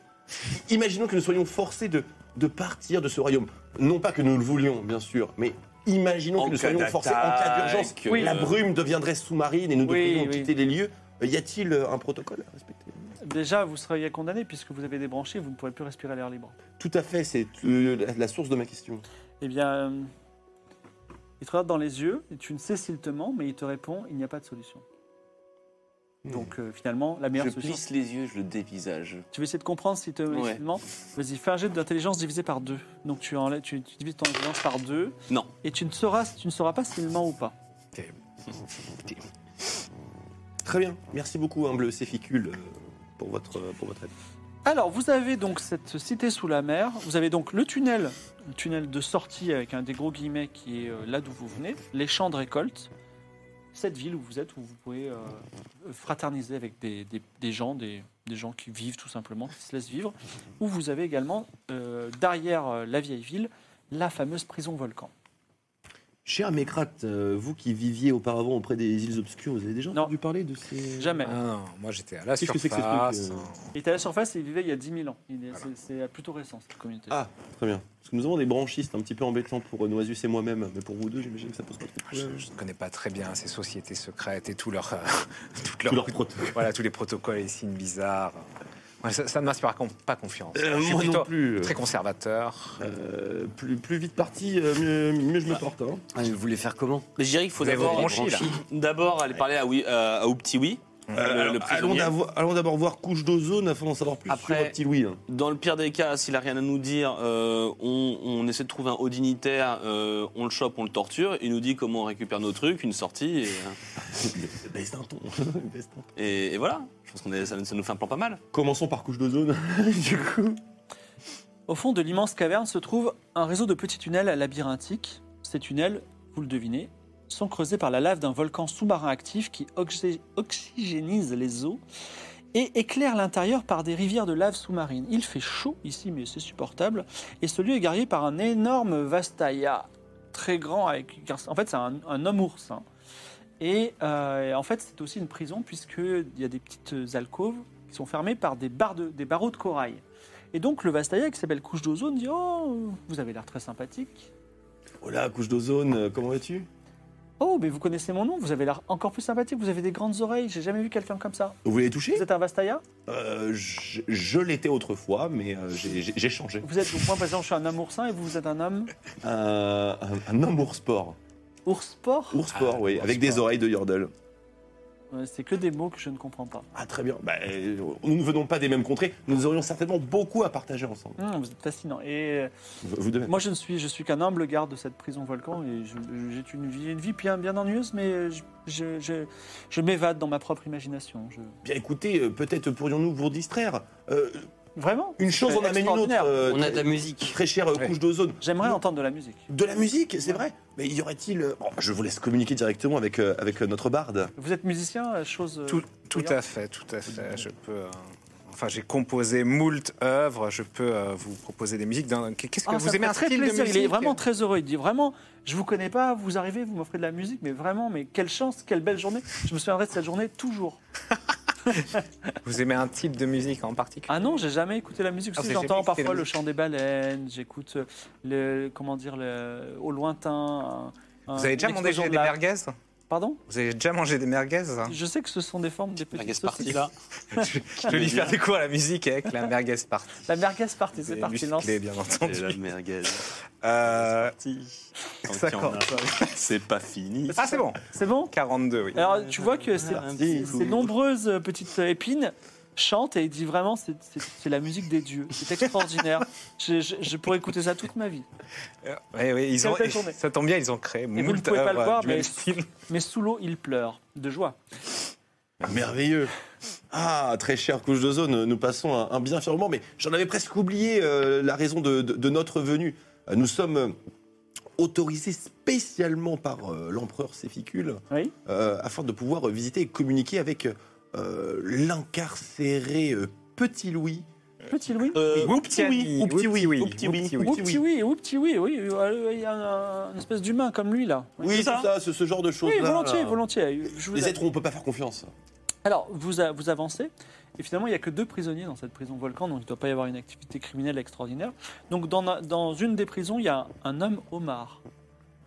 imaginons que nous soyons forcés de, de partir de ce royaume. Non pas que nous le voulions, bien sûr, mais imaginons
En
que nous
cas
soyons forcés en cas d'urgence.
d'attaque, Oui.
La brume deviendrait sous-marine et nous
euh, Oui,
devrions
oui.
quitter les lieux. Euh, Y a-t-il euh, un protocole à respecter
Déjà, vous seriez condamné puisque vous avez débranché, vous ne pourrez plus respirer l'air libre.
Tout à fait, c'est euh, la- la source de ma question.
Eh bien, euh, il te regarde dans les yeux, et tu ne sais s'il te ment, mais il te répond il n'y a pas de solution. Donc euh, finalement, la meilleure
Hmm. Je
solution.
plisse les yeux, je le dévisage.
Tu veux essayer de comprendre s'il te,
Ouais.
s'il te ment Vas-y, fais un jet d'intelligence divisé par deux. Donc tu, enlè- tu, tu divises ton intelligence par deux.
Non.
Et tu ne sauras, tu ne sauras pas s'il ment ou pas.
Très bien, merci beaucoup, hein, Bleu Céficule, euh, pour votre, euh, pour votre aide.
Alors, vous avez donc cette cité sous la mer. Vous avez donc le tunnel, le tunnel de sortie avec un des gros guillemets qui est euh, là d'où vous venez, les champs de récolte, cette ville où vous êtes, où vous pouvez euh, fraterniser avec des, des- des gens, des, des gens qui vivent tout simplement, qui se laissent vivre. Où vous avez également, euh, derrière euh, la vieille ville, la fameuse prison volcan.
Cher Mécrate, euh, vous qui viviez auparavant auprès des îles obscures, vous avez déjà
Non.
entendu parler de ces...
Jamais.
Ah non, moi j'étais à la
Qu'est-ce que c'est que ce
surface. hein,
truc, euh
Il était à la surface et il vivait il y a 10 000 ans. Il est- c'est- C'est plutôt récent cette communauté.
Ah, très bien. Parce que nous avons des branchistes un petit peu embêtants pour euh, Noisus et moi-même, mais pour vous deux, j'imagine que ça pose pas de
Je
problème.
ne connais pas très bien ces sociétés secrètes et tout leur, euh, toutes leurs-
Tout leur protocole.
voilà, tous les protocoles et signes bizarres. Ouais, ça, ça ne m'inspire con- pas confiance.
Euh,
je suis
moi
plutôt
non plus.
très conservateur.
Euh, plus, plus vite parti, euh, mieux, mieux je me porte. hein.
Ah, vous voulez faire comment
Mais je dirais qu'il faut
Vous avez
d'abord
branché, là.
d'abord aller parler à, oui, à, à Ouptiwi,
Euh,
le, le
alors, allons
prisonnier.
d'avo- allons d'abord voir couche d'ozone afin d'en savoir plus
Après-
sur le petit Louis. hein.
Dans le pire des cas, s'il a rien à nous dire, euh, on, on essaie de trouver un haut dignitaire, euh, on le chope, on le torture, il nous dit comment on récupère nos trucs, une sortie,
Baisse d'un ton. Baisse d'un ton.
et, et- et voilà. Je pense que ça, ça nous fait un plan pas mal.
Commençons par couche d'ozone, du coup.
Au fond de l'immense caverne se trouve un réseau de petits tunnels labyrinthiques. Ces tunnels, vous le devinez, sont creusés par la lave d'un volcan sous-marin actif qui oxy- oxygénise les eaux et éclaire l'intérieur par des rivières de lave sous-marine. Il fait chaud ici, mais c'est supportable. Et ce lieu est garni par un énorme vastaya, très grand. Avec... En fait, c'est un, un homme-ours. hein. Et euh, en fait, c'est aussi une prison, puisqu'il y a des petites alcôves qui sont fermées par des, barres de- des barreaux de corail. Et donc le Vastaya qui s'appelle Couche d'Ozone dit Oh, vous avez l'air très sympathique.
Voilà, couche d'ozone, euh, comment vas-tu
Oh, mais vous connaissez mon nom, vous avez l'air encore plus sympathique, vous avez des grandes oreilles, j'ai jamais vu quelqu'un comme ça.
Vous voulez toucher
Vous êtes un Vastaya
Euh, je je l'étais autrefois, mais euh, j'ai- j'ai j'ai changé.
Vous êtes donc moi par exemple, je suis un homme oursin et vous, vous êtes un homme
Euh, un, un homme ours sport.
ours port
Ours sport,
Ah,
oui,
ours
avec des
sport.
oreilles de Yordle.
Ouais, Euh, C'est que des mots que je ne comprends pas.
Ah, très bien. Bah, euh, nous ne venons pas des mêmes contrées. Nous aurions certainement beaucoup à partager ensemble.
Hum, vous êtes fascinant. Et euh,
Vous vous devez.
moi je ne suis, je suis qu'un humble garde de cette prison volcan et je- je- j'ai une vie, une vie bien, bien ennuyeuse, mais euh, je, je- je- je m'évade dans ma propre imagination. Je-
Bien écoutez, euh, peut-être pourrions-nous vous distraire. Euh,
Vraiment
une chose
C'est
en amène une autre.
extraordinaire.
euh,
On a de la
très-
musique.
Très chère euh,
Ouais.
couche d'ozone.
J'aimerais
Nous-
entendre de la musique.
De la musique, c'est vrai. Mais y aurait-il. euh, bon, je vous laisse communiquer directement avec, euh, avec euh, notre barde.
Vous êtes musicien, euh, chose... euh,
Tout, tout à fait, tout à fait. Je peux. euh, Enfin, j'ai composé moult œuvres. Je peux euh, vous proposer des musiques. d'un- Qu'est-ce que
Ah, ça
vous
me
aimez
fait
un
très
style de
plaisir.
musique
Il est vraiment très heureux. Il dit vraiment, je vous connais pas, vous arrivez, vous m'offrez de la musique, mais vraiment, mais quelle chance, quelle belle journée. Je me souviendrai de cette journée toujours.
Vous aimez un type de musique en particulier
Ah non, j'ai jamais écouté la musique.
Ah,
Si,
c'est jamais
J'entends
écouté la
parfois le
musique.
chant des baleines, j'écoute euh, le comment dire le, au lointain. un-
Vous avez
une
déjà mangé
explosion
des
Ah, de la-
merguez
Pardon
Vous avez déjà mangé des merguez hein
Je sais que ce sont des formes des
Ah,
petites
qu'est-ce parti
saucisses.
là
Je je vais lui faire des cours à la musique avec la merguez party.
La merguez partie, c'est
Et
parti. lance.
musclée, bien
Et
entendu.
la merguez.
Euh,
Tant
ça
qu'il y en a,
compte.
Ah,
C'est pas fini.
Ah, c'est bon.
C'est bon
42, oui.
Alors tu vois que ces,
Un
ces-
petit
ces nombreuses euh, petites euh, épines chantent et il dit vraiment c'est- c'est c'est la musique des dieux. C'est extraordinaire. je, je- je pourrais écouter ça toute ma vie.
Euh, oui, oui, ils ont,
Quelle belle journée.
ça tombe bien, ils ont créé
vous ne
moult
pouvez pas le
œuvres
voir,
du
mais-
même style.
Mais sous l'eau, il pleure de joie.
Merveilleux. Ah, très chère couche d'ozone, nous passons un, un bien fermement, mais j'en avais presque oublié euh, la raison de, de- de notre venue. Euh, Nous sommes euh, autorisés spécialement par euh, l'empereur Séficule
Oui.
euh, afin de pouvoir euh, visiter et communiquer avec euh, l'incarcéré euh, Petit Louis.
Petit Louis.
Euh,
Ou petit oui, ou petit oui, ou
petit oui.
petit
Ou petit oui, ou petit oui, oui, euh, il y a un, un espèce d'humain comme lui là.
Oui, c'est ça, ce, ce genre de choses.
Oui, volontiers, volontiers. Je vous
Les
a-
êtres, on ne peut pas faire confiance.
Alors, vous, a- vous avancez, et finalement, il n'y a que deux prisonniers dans cette prison volcan, donc il ne doit pas y avoir une activité criminelle extraordinaire. Donc, dans, la- dans une des prisons, il y a un homme homard.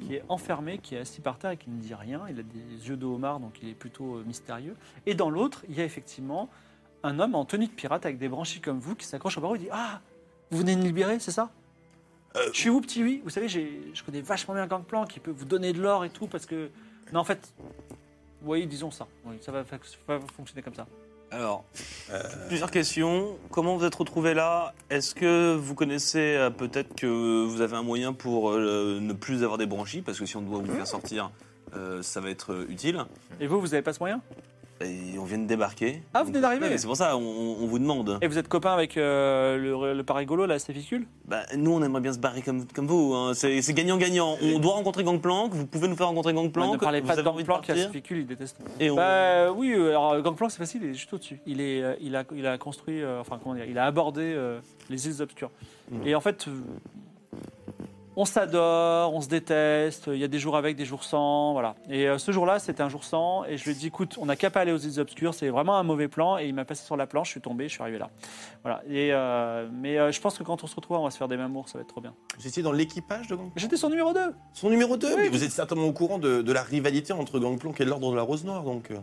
qui est enfermé, qui est assis par terre et qui ne dit rien. Il a des yeux de homard, donc il est plutôt euh, mystérieux. Et dans l'autre, il y a effectivement un homme en tenue de pirate avec des branchies comme vous qui s'accroche au barreau et dit Ah, vous venez de me libérer, c'est ça Je suis où, petit oui Vous savez, j'ai- je connais vachement bien Gangplank, qui peut vous donner de l'or et tout parce que. Non, en fait, vous voyez, disons ça. Oui, ça va, fa- ça va fonctionner comme ça.
Alors,
Euh.
plusieurs questions. Comment vous êtes retrouvé là Est-ce que vous connaissez euh, peut-être que vous avez un moyen pour euh, ne plus avoir des branchies Parce que si on doit vous
Mmh.
faire sortir, euh, ça va être euh, utile.
Et vous, vous n'avez pas ce moyen
Et on vient de débarquer.
Ah, vous venez d'arriver
Ouais, mais C'est pour ça, on, on vous demande.
Et vous êtes copain avec euh, le, le parigolo, là, Céficule
Bah, nous, on aimerait bien se barrer comme, comme vous. hein. C'est c'est gagnant-gagnant. On doit rencontrer Gangplank. Vous pouvez nous faire rencontrer Gangplank.
Ne parlez
vous
pas de
avez envie
Gangplank,
partir.
Céficule, il déteste.
Et on-
Bah euh, oui, euh, alors euh, Gangplank c'est facile, il est juste au-dessus. Il, est, euh, il, a, il a construit, euh, enfin comment dire, il a abordé euh, les îles obscures.
Hmm.
Et en fait, euh, on s'adore, on se déteste, il y a des jours avec, des jours sans, voilà. Et euh, ce jour-là, c'était un jour sans, et je lui ai dit, écoute, on n'a qu'à pas aller aux îles obscures, c'est vraiment un mauvais plan, et il m'a passé sur la planche, je suis tombé, je suis arrivé là. Voilà. Et, euh, mais euh, je pense que quand on se retrouve, on va se faire des mamours, ça va être trop bien.
Vous étiez dans l'équipage de Gangplank
J'étais son numéro 2
Son numéro 2 Mais vous êtes certainement au courant de, de la rivalité entre Gangplank et l'Ordre de la Rose Noire, donc. euh,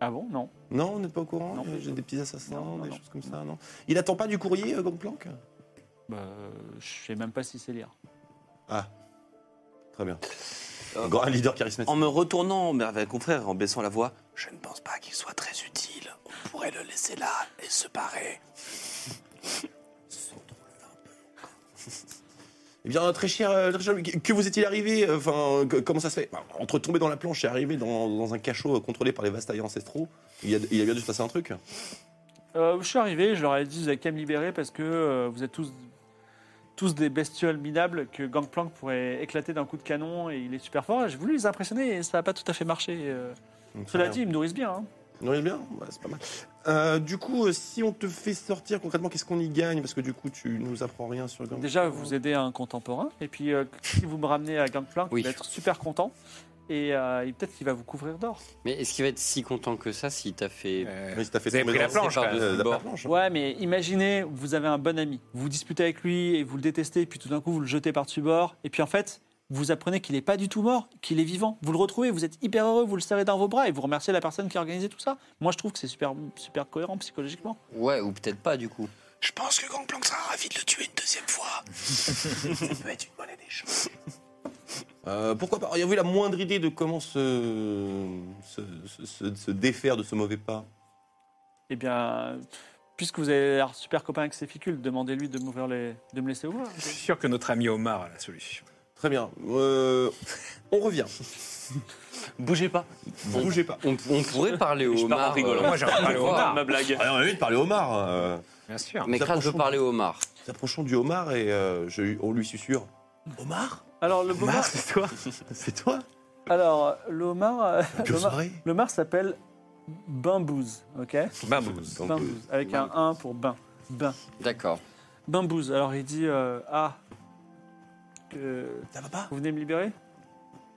Ah bon Non.
Non, on n'est pas au courant
Non.
J'ai des petits assassins,
Non, non,
des
non.
choses comme ça, non Il attend pas du courrier, euh, Gangplank
Bah, euh, je sais même pas si c'est lire.
Ah. Très bien.
Ah.
Euh,
Grand- Un leader charismatique.
En me retournant vers mes confrères, en baissant la voix, je ne pense pas qu'il soit très utile. On pourrait le laisser là et se barrer.
Eh bien, très cher, euh, très cher, que que vous est-il arrivé Enfin, euh, que- comment ça se fait Bah, Entre tomber dans la planche et arriver dans, dans un cachot euh, contrôlé par les vastes tailleurs ancestraux, il y a, il y a bien dû se passer un truc.
Euh, je suis arrivé, je leur ai dit vous avez qu'à me libérer parce que euh, vous êtes tous, tous des bestioles minables que Gangplank pourrait éclater d'un coup de canon et il est super fort. J'ai voulu les impressionner et ça n'a pas tout à fait marché. euh.
Donc,
Cela
très
dit,
bien.
ils me nourrissent bien. hein.
Non, il est bien, Ouais, c'est pas mal. Euh, du coup, euh, si on te fait sortir concrètement, qu'est-ce qu'on y gagne Parce que du coup, tu nous apprends rien sur Gangplank.
Déjà, vous aidez un contemporain et puis euh, si vous me ramenez à Gangplank,
Oui.
il va être super content et, euh, et peut-être qu'il va vous couvrir d'or.
Mais est-ce qu'il va être si content que ça s'il t'a fait.
Euh,
Oui, si t'as fait
Vous avez
tomber
pris la
dans-
planche,
hein,
euh,
quand
même.
la
Bord.
planche.
Ouais, mais imaginez, vous avez un bon ami, vous vous disputez avec lui et vous le détestez, et puis tout d'un coup vous le jetez par-dessus bord, et puis en fait, vous apprenez qu'il n'est pas du tout mort, qu'il est vivant. Vous le retrouvez, vous êtes hyper heureux, vous le serrez dans vos bras et vous remerciez la personne qui a organisé tout ça. Moi, je trouve que c'est super, super cohérent psychologiquement.
Ouais, ou peut-être pas du coup.
Je pense que Gangplank sera ravi de le tuer une deuxième fois. ça peut être une monnaie d'échange.
Euh, pourquoi pas Avez-vous la moindre idée de comment se, se, se- se- se défaire de ce mauvais pas
Eh bien, puisque vous avez l'air super copain avec ses ficules, demandez-lui de, m'ouvrir les... de me laisser ouvrir.
Je suis sûr que notre ami Omar a la solution.
Très bien. Euh, on revient.
Bougez pas.
Bougez pas.
On, on pourrait parler au
Je pars en
Omar.
rigolant.
euh,
Moi, j'aimerais parler au
voir.
Omar.
Ma blague.
Ah, on a envie de parler homard. euh.
Bien sûr.
Mais Kras veut
approchons.
parler au Omar.
Nous approchons du homard et euh, je, on lui susurre. Homard
Alors, le homard,
c'est toi C'est toi
alors, le homard, euh,
Que
le homard-
soirée
le homard s'appelle Bimbouze, ok
Bambouze.
Donc, euh,
Bimbouze, avec un 1 pour bain. Bain.
D'accord.
Bambouze, alors il dit euh, Ah, que
Ça va pas
vous venez me libérer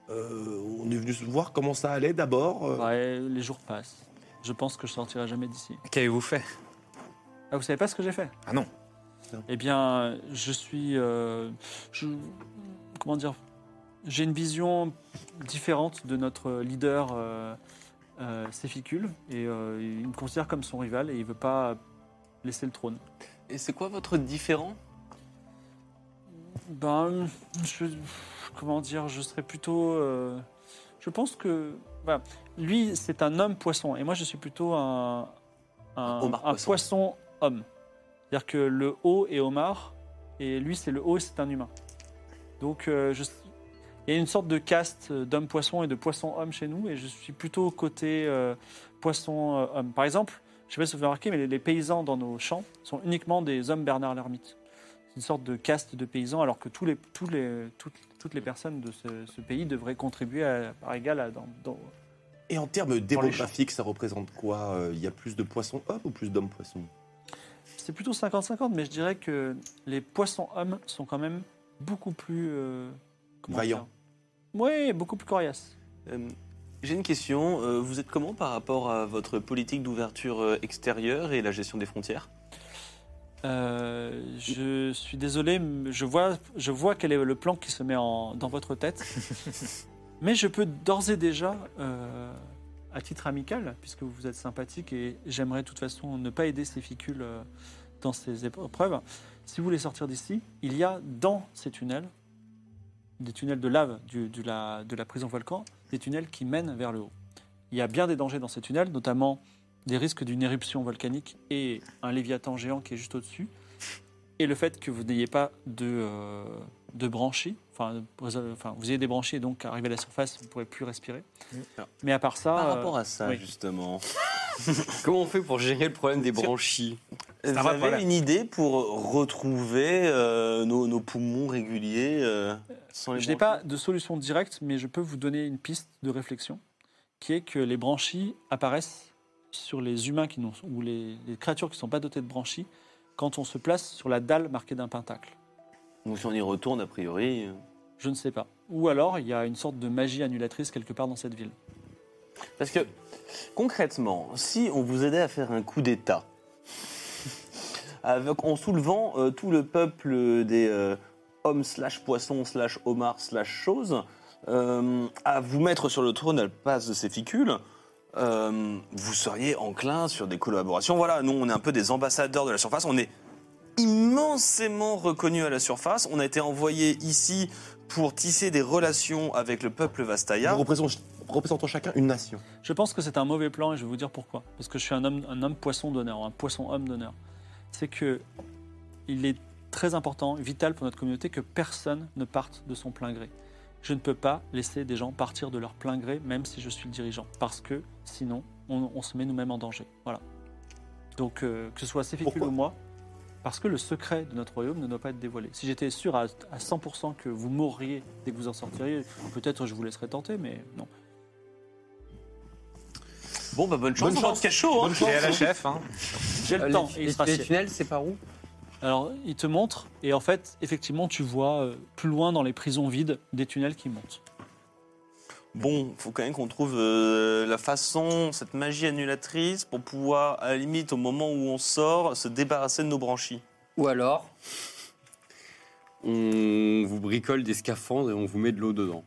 Euh, On est venu se voir comment ça allait d'abord. euh.
Ouais, les jours passent. Je pense que je sortirai jamais d'ici.
Qu'avez-vous fait
Ah, vous savez pas ce que j'ai fait
Ah non.
Non.
Eh bien, je suis. euh, je, comment dire J'ai une vision différente de notre leader euh, euh, Séficule, et euh, il me considère comme son rival et il veut pas laisser le trône.
Et c'est quoi votre différent
Ben, je, comment dire, je serais plutôt. euh, je pense que. Voilà. Lui, c'est un homme poisson, et moi, je suis plutôt un. Un,
Homard
un
poisson.
poisson homme. C'est-à-dire que le haut est homard, et lui, c'est le haut, c'est un humain. Donc, euh, je- il y a une sorte de caste euh, d'homme poisson et de poisson homme chez nous, et je suis plutôt côté euh, poisson euh, homme. Par exemple, je sais pas si vous avez remarqué, mais les, les paysans dans nos champs sont uniquement des hommes Bernard l'ermite. C'est une sorte de caste de paysans, alors que tous les, tous les, toutes, toutes les personnes de ce, ce pays devraient contribuer à, par égal à, dans, dans-
Et en termes
les champs.
démographiques, ça représente quoi Euh, Il y a plus de poissons hommes ou plus d'hommes poissons
C'est plutôt 50-50, mais je dirais que les poissons hommes sont quand même beaucoup plus. euh, comment
Vaillants.
dire Ouais, beaucoup plus coriaces.
Euh, J'ai une question. Euh, vous êtes comment par rapport à votre politique d'ouverture euh, extérieure et la gestion des frontières
Euh, je suis désolé, mais je vois, je vois quel est le plan qui se met en- dans votre tête. Mais je peux d'ores et déjà, euh, à titre amical, puisque vous êtes sympathique et j'aimerais de toute façon ne pas aider ces ficules euh, dans ces épreuves, si vous voulez sortir d'ici, il y a dans ces tunnels, des tunnels de lave du- de, la, de la prison volcan, des tunnels qui mènent vers le haut. Il y a bien des dangers dans ces tunnels, notamment des risques d'une éruption volcanique et un léviathan géant qui est juste au-dessus. Et le fait que vous n'ayez pas de, euh, de branchies, enfin, de brésol- enfin, vous ayez des branchies et donc arrivé à la surface, vous ne pourrez plus respirer. Mais à part ça,
Par
euh,
rapport à ça,
oui.
justement,
Comment on fait pour gérer le problème des branchies
vous
un vrai
avez
problème.
une idée pour retrouver euh, nos, nos poumons réguliers euh, sans les
Je n'ai
branchies
pas de solution directe, mais je peux vous donner une piste de réflexion, qui est que les branchies apparaissent sur les humains qui n'ont- ou les, les créatures qui ne sont pas dotées de branchies quand on se place sur la dalle marquée d'un pentacle.
Donc si on y retourne, a priori... euh,
Je ne sais pas. Ou alors, il y a une sorte de magie annulatrice quelque part dans cette ville.
Parce que, concrètement, si on vous aidait à faire un coup d'État, avec, en soulevant euh, tout le peuple des euh, hommes slash poissons slash homards slash choses, euh, à vous mettre sur le trône à la place de ces ficules, euh, vous seriez enclin sur des collaborations. Voilà, nous, on est un peu des ambassadeurs de la surface, on est immensément reconnus à la surface, on a été envoyé ici pour tisser des relations avec le peuple Vastaya.
Nous représentons, représentons chacun une nation.
Je pense que c'est un mauvais plan et je vais vous dire pourquoi. Parce que je suis un homme, un homme poisson d'honneur, un poisson homme d'honneur. C'est que il est très important, vital pour notre communauté que personne ne parte de son plein gré. Je ne peux pas laisser des gens partir de leur plein gré, même si je suis le dirigeant, parce que sinon, on, on se met nous-mêmes en danger. Voilà. Donc, euh, que ce soit Séficule
Pourquoi
ou moi, parce que le secret de notre royaume ne doit pas être dévoilé. Si j'étais sûr à, à 100% que vous mourriez dès que vous en sortiriez, peut-être je vous laisserais tenter, mais non.
Bon, bah bonne chance.
Bonne
on va
chance.
te cacher chaud, hein.
C'est à la chef, hein.
J'ai le
Euh,
temps,
les-
et il
les-
sera
les
siècle.
tunnels, c'est par où
Alors, il te montre, et en fait, effectivement, tu vois euh, plus loin dans les prisons vides des tunnels qui montent.
Bon, faut quand même qu'on trouve euh, la façon, cette magie annulatrice, pour pouvoir, à la limite, au moment où on sort, se débarrasser de nos branchies.
Ou alors, on vous bricole des scaphandres et on vous met de l'eau dedans.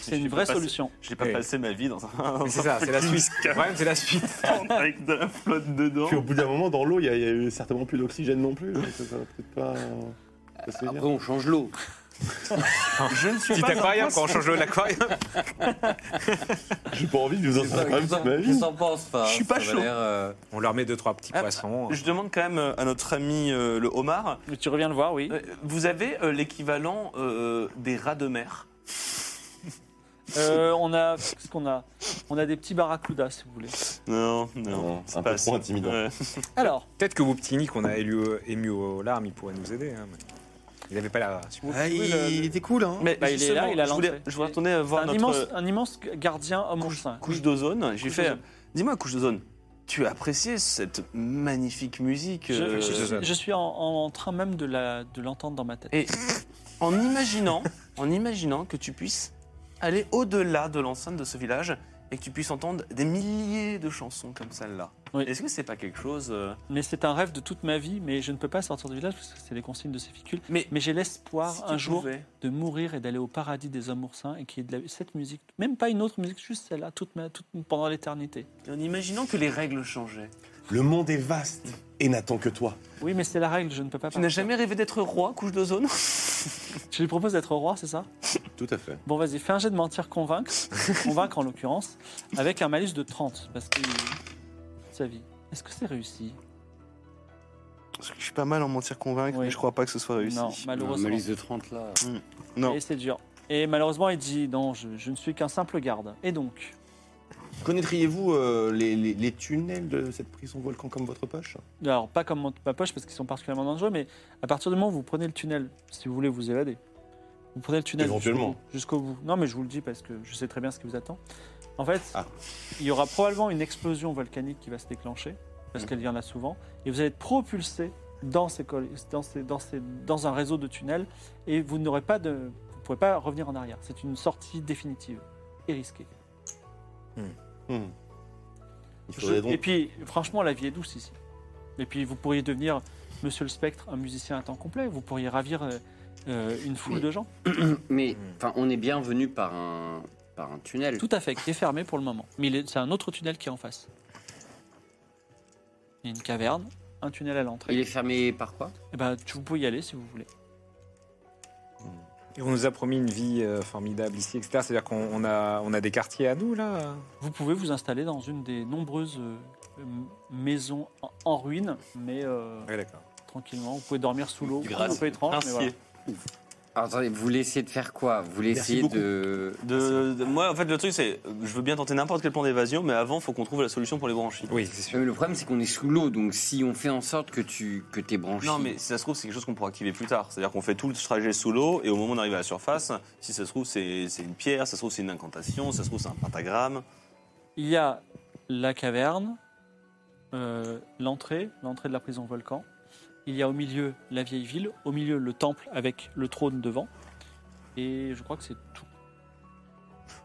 C'est
Je
une
peux
vraie
passer-
solution.
J'ai pas
Oui.
passé ma vie dans un. dans
C'est
un
ça, c'est la
fucking
suite. Le problème, c'est la suite.
scaphandre avec de la flotte dedans.
Puis au bout d'un moment, dans l'eau, il y a- il y, a eu certainement plus d'oxygène non plus. donc ça va peut-être pas. pas se
Après,
dire.
on change l'eau.
Je ne suis
Petit
pas.
aquarium, quand on change l'eau de l'aquarium.
J'ai pas envie de vous en
Qu'est-ce
faire quand même toute ma
que
vie.
t'en penses pas
Bah Je suis pas chaud.
On leur met deux, trois petits
Ah,
poissons.
Je demande quand même euh, à notre ami euh, le homard,
Mais tu reviens le voir, oui.
euh, vous avez euh, l'équivalent euh, des rats de mer
Euh, on a, qu'est-ce qu'on a On a des petits barracudas, si vous voulez.
Non,
Non,
c'est
un
pas
peu trop
assez.
intimidant.
Ouais.
Alors,
Peut-être que Wuptini, qu'on a élu, ému aux larmes, il pourrait nous aider. hein, mais Il n'avait pas l'air super.
vous
Ah,
trouvez le-
était cool, hein.
Mais
Bah, il est
justement,
là, il a
je voulais,
lancé.
je voulais retourner euh, voir
un,
notre.
immense, un immense gardien homme en sein.
couche d'ozone. J'ai
Couche
fait, euh,
d'ozone.
dis-moi, couche d'ozone, tu as apprécié cette magnifique musique
Je,
euh,
je suis-
euh,
je suis en, en train même de la- de l'entendre dans ma tête.
Et en imaginant, en imaginant que tu puisses aller au-delà de l'enceinte de ce village et que tu puisses entendre des milliers de chansons comme celle-là.
Oui.
Est-ce que c'est pas quelque chose euh,
Mais c'est un rêve de toute ma vie, mais je ne peux pas sortir du village parce que c'est les consignes de ces ficules.
Mais,
Mais j'ai l'espoir
si tu
un jour
pouvais-
de mourir et d'aller au paradis des hommes oursins et qu'il y ait de la- cette musique, même pas une autre musique, juste celle-là, toute ma- toute- pendant l'éternité.
en imaginant que les règles changeaient.
Ah,
Le monde est vaste et n'attend que toi.
Oui, mais c'est la règle, je ne peux pas.
Tu n'as
partir.
jamais rêvé d'être roi, couche d'ozone
Je lui propose d'être roi, c'est ça
Tout à fait.
Bon, vas-y, fais un jet de mentir convaincre, convaincre en l'occurrence, avec un malus de 30, parce que sa vie. Est-ce que c'est réussi
Parce que je suis pas mal en mentir convaincre,
Oui.
mais je crois pas que ce soit réussi.
Non,
Malheureusement.
malheureusement.
de 30 là.
Non.
Et c'est dur. Et malheureusement, il dit non, je, je ne suis qu'un simple garde. Et donc,
Connaîtriez-vous euh, les, les- les tunnels de cette prison volcan comme votre poche
alors pas comme mon- ma poche parce qu'ils sont particulièrement dangereux, mais à partir du moment où vous prenez le tunnel, si vous voulez vous évader, vous prenez le tunnel jusqu'au
Éventuellement.
bout, jusqu'au bout. Non, mais je vous le dis parce que je sais très bien ce qui vous attend. En fait,
Ah.
il y aura probablement une explosion volcanique qui va se déclencher parce
Mhm.
qu'elle y en a souvent, et vous allez être propulsé dans, ces, col- dans, ces- dans, ces- dans un réseau de tunnels et vous n'aurez pas de, vous ne pourrez pas revenir en arrière. C'est une sortie définitive et risquée.
Hmm. Il faudrait
Je- Et
donc.
puis, franchement, la vie est douce ici. Et puis vous pourriez devenir, monsieur le spectre, un musicien à temps complet. Vous pourriez ravir euh, euh, une foule de gens.
Mais enfin, on est bien venu par un, par un tunnel.
Tout à fait, qui est fermé pour le moment. Mais il est- c'est un autre tunnel qui est en face. Il y a une caverne, un tunnel à l'entrée.
Il est fermé par quoi
Eh ben, tu- vous pouvez y aller si vous voulez.
Et on nous a promis une vie euh, formidable ici, etc. C'est-à-dire qu'on on a, on a des quartiers à nous, là
Vous pouvez vous installer dans une des nombreuses euh, m- maisons en, en ruine, mais euh,
Oui, d'accord.
tranquillement. Vous pouvez dormir sous l'eau.
Grâce-
Un peu étrange, mais voilà.
Princier.
Alors, Attendez, vous voulez essayer de faire quoi Vous voulez
Merci
essayer
beaucoup.
de.
De- de- moi, en fait, le truc, c'est euh, je veux bien tenter n'importe quel plan d'évasion, mais avant, faut qu'on trouve la solution pour les branchies.
Oui, c'est sûr.
Euh, Le problème, c'est qu'on est sous l'eau, donc si on fait en sorte que tu que t'es branché.
Non, mais si ça se trouve, c'est quelque chose qu'on pourra activer plus tard. C'est-à-dire qu'on fait tout le trajet sous l'eau, et au moment d'arriver à la surface, si ça se trouve, c'est c'est une pierre, ça se trouve, c'est une incantation, ça se trouve, c'est un pentagramme.
Il y a la caverne, euh, l'entrée, l'entrée de la prison volcan. Il y a au milieu la vieille ville, au milieu le temple avec le trône devant. Et je crois que c'est tout.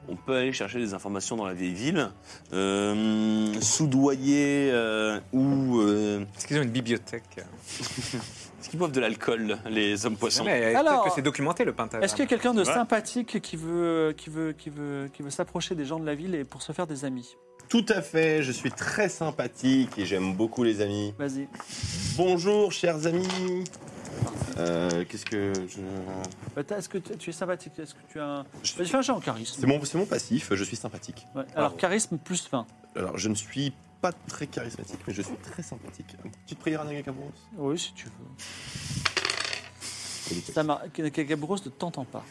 On peut aller chercher des informations dans la vieille ville, euh, soudoyer euh, ou. euh,
Est-ce qu'ils ont une bibliothèque
Est-ce qu'ils boivent de l'alcool, les hommes poissons
Mais
Alors-
peut-être que c'est documenté, le pentagramme.
Est-ce qu'il y a quelqu'un de
Ouais.
sympathique qui veut, qui veut, qui veut, qui veut s'approcher des gens de la ville et pour se faire des amis
Tout à fait, je suis très sympathique et j'aime beaucoup les amis.
Vas-y.
Bonjour, chers amis. Euh, Qu'est-ce que je.
Bah, t'as- Est-ce que tu tu es sympathique Est-ce que tu as un...
Je-
Vas-y, fais un jet en charisme.
C'est mon, c'est mon passif, je suis sympathique.
Ouais. Alors charisme plus 20.
Alors, je ne suis pas très charismatique, mais je suis très sympathique. Une petite prière à Nagakabros
Oui, si tu veux. Ça mar... Kagabros ne t'entend pas.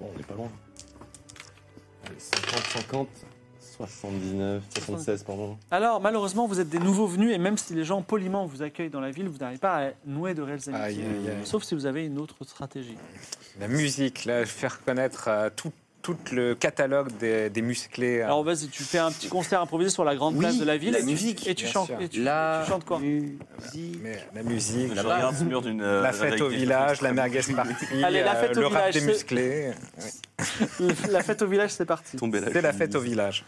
Bon, on n'est pas loin. Allez, 50, 50, 79, 76, pardon.
Alors, malheureusement, vous êtes des nouveaux venus, et même si les gens poliment vous accueillent dans la ville, vous n'arrivez pas à nouer de réelles amitiés.
Aïe, aïe, aïe.
Sauf si vous avez une autre stratégie.
La musique, là, faire connaître euh, tout, tout le catalogue des, des musclés. euh,
Alors, vas-y, tu fais un petit concert improvisé sur la grande
Oui,
place de la ville.
la
et tu-
musique,
Et tu
bien
chantes,
sûr.
et tu,
La
tu chantes quoi
musique.
mais la musique,
Je
la,
regarde ce mur d'une. euh,
fête
avec
au
des-
village, la merguez party,
Allez, la
euh,
fête au
le rap
village,
des
c'est-
musclés.
La fête au village, c'est parti.
Tomber là.
C'est la fête au village.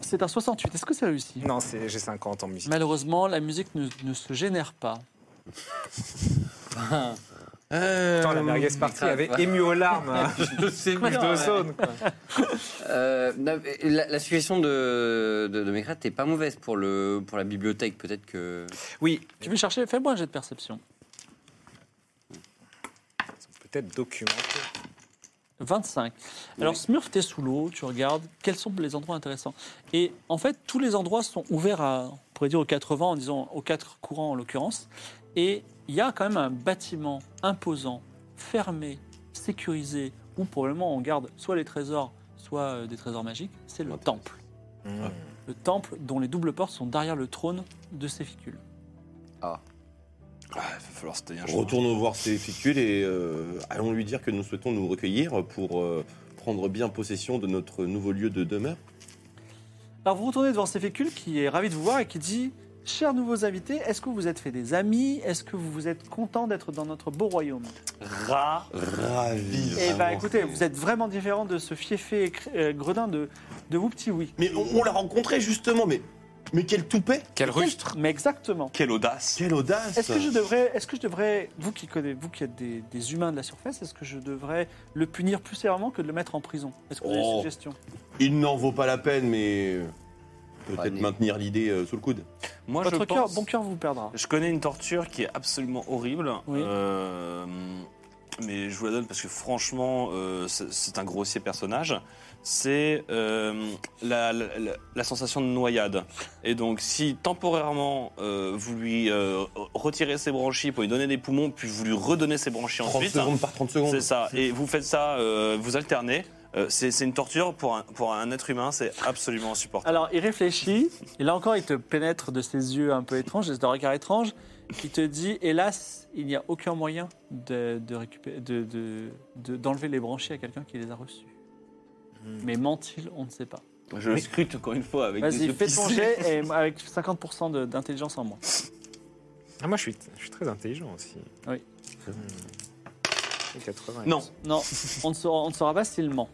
C'est un 68. Est-ce que c'est réussi
Non, c'est- j'ai 50 en musique.
Malheureusement, la musique ne, ne se génère pas. Euh,
Euh,
Pourtant, la merguez party avait ému aux larmes hein,
Je sais
de zone.
Euh, non, mais la, la suggestion de, de, de Mécrate n'est pas mauvaise pour, le, pour la bibliothèque, peut-être que.
Oui,
Tu veux chercher Fais-moi un jet de perception.
peut-être documenté.
25. Alors, Smurf, t'es sous l'eau, tu regardes quels sont les endroits intéressants. Et en fait, tous les endroits sont ouverts à, on pourrait dire, aux quatre vents, en disant aux quatre courants en l'occurrence. Et il y a quand même un bâtiment imposant, fermé, sécurisé, où probablement on garde soit les trésors, soit euh, des trésors magiques. C'est le temple. Le temple dont les doubles portes sont derrière le trône de Séficule.
Ah, il va falloir se tenir. je crois.
Retournons voir ces fictules et euh, allons lui dire que nous souhaitons nous recueillir pour euh, prendre bien possession de notre nouveau lieu de demeure.
Alors vous retournez devant Séfécule qui est ravi de vous voir et qui dit Chers nouveaux invités, est-ce que vous vous êtes fait des amis Est-ce que vous vous êtes content d'être dans notre beau royaume
Ra.
Ravi.
Eh bah écoutez, vous êtes vraiment différent de ce fiefé cr- euh, gredin de, de vous petit oui.
Mais on, on l'a rencontré justement, mais, mais quel toupet
Quel rustre
Mais exactement.
Quelle audace
Quelle audace
Est-ce que je devrais, est-ce que je devrais, vous qui connaissez, vous qui êtes des, des humains de la surface, est-ce que je devrais le punir plus sévèrement que de le mettre en prison Est-ce que vous avez
Oh.
des suggestions
Il n'en vaut pas la peine, mais euh,
Ouais,
peut-être
mais-
maintenir l'idée euh, sous le coude.
Moi,
Votre
je
cœur,
pense.
bon cœur vous perdra.
Je connais une torture qui est absolument horrible.
Oui.
Euh, mais je vous la donne parce que franchement, euh, c'est c'est un grossier personnage. C'est euh, la, la- la- la sensation de noyade. Et donc, si temporairement euh, vous lui euh, retirez ses branchies pour lui donner des poumons, puis vous lui redonnez ses branchies
30
ensuite, hein,
secondes par 30 secondes.
c'est ça. Et vous faites ça, euh, vous alternez. Euh, c'est c'est une torture pour un, pour un être humain, c'est absolument insupportable.
Alors, il réfléchit, et là encore, il te pénètre de ses yeux un peu étranges, de ce regard étrange, qui te dit Hélas, il n'y a aucun moyen de, de récupérer, de, de- de- d'enlever les branchies à quelqu'un qui les a reçus. Mais ment-il On ne sait pas.
Je le scrute encore une fois avec
Vas-y,
yeux
fais ton
plissés.
jet et avec 50% de- d'intelligence en moins.
Ah, moi, je suis, je suis très intelligent aussi.
Oui.
Hmm. 80.
Non.
Non, on ne saura, on ne saura pas s'il ment.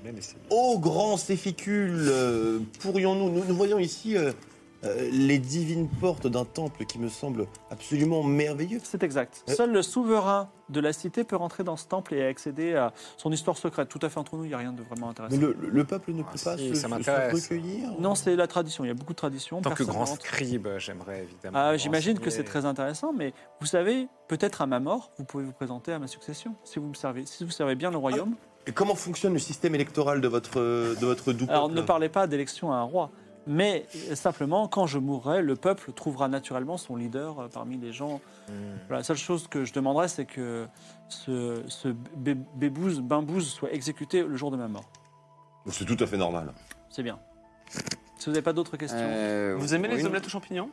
problème. et c'est-
Ô grand Céphicules, euh, pourrions-nous nous, nous voyons ici euh, euh, les divines portes d'un temple qui me semble absolument merveilleux.
C'est exact.
Euh.
Seul le souverain de la cité peut rentrer dans ce temple et accéder à son histoire secrète. Tout à fait entre nous, il n'y a rien de vraiment
Mais
intéressant.
le, le- le peuple ne peut
Ah,
pas
si, ça
se, se- se
m'intéresse.
recueillir.
Non, c'est la tradition. Il y a beaucoup de traditions.
En tant que
Personne
grand
rentre.
scribe, j'aimerais évidemment.
Ah,
me
J'imagine que c'est
renseigner.
très intéressant, mais vous savez, peut-être à ma mort, vous pouvez vous présenter à ma succession, si vous me servez. Si vous servez bien le royaume.
Et comment fonctionne le système électoral de votre euh, de votre doux
Alors,
peuple
ne parlez pas d'élection à un roi, mais euh, simplement, quand je mourrai, le peuple trouvera naturellement son leader euh, parmi les gens.
Hmm.
Voilà, la seule chose que je demanderais, c'est que ce, ce bé- bébouze, bimbouze soit exécuté le jour de ma mort.
C'est tout à fait normal.
C'est bien. Si vous n'avez pas d'autres questions,
Euh,
Vous aimez les
omelettes
omelettes aux champignons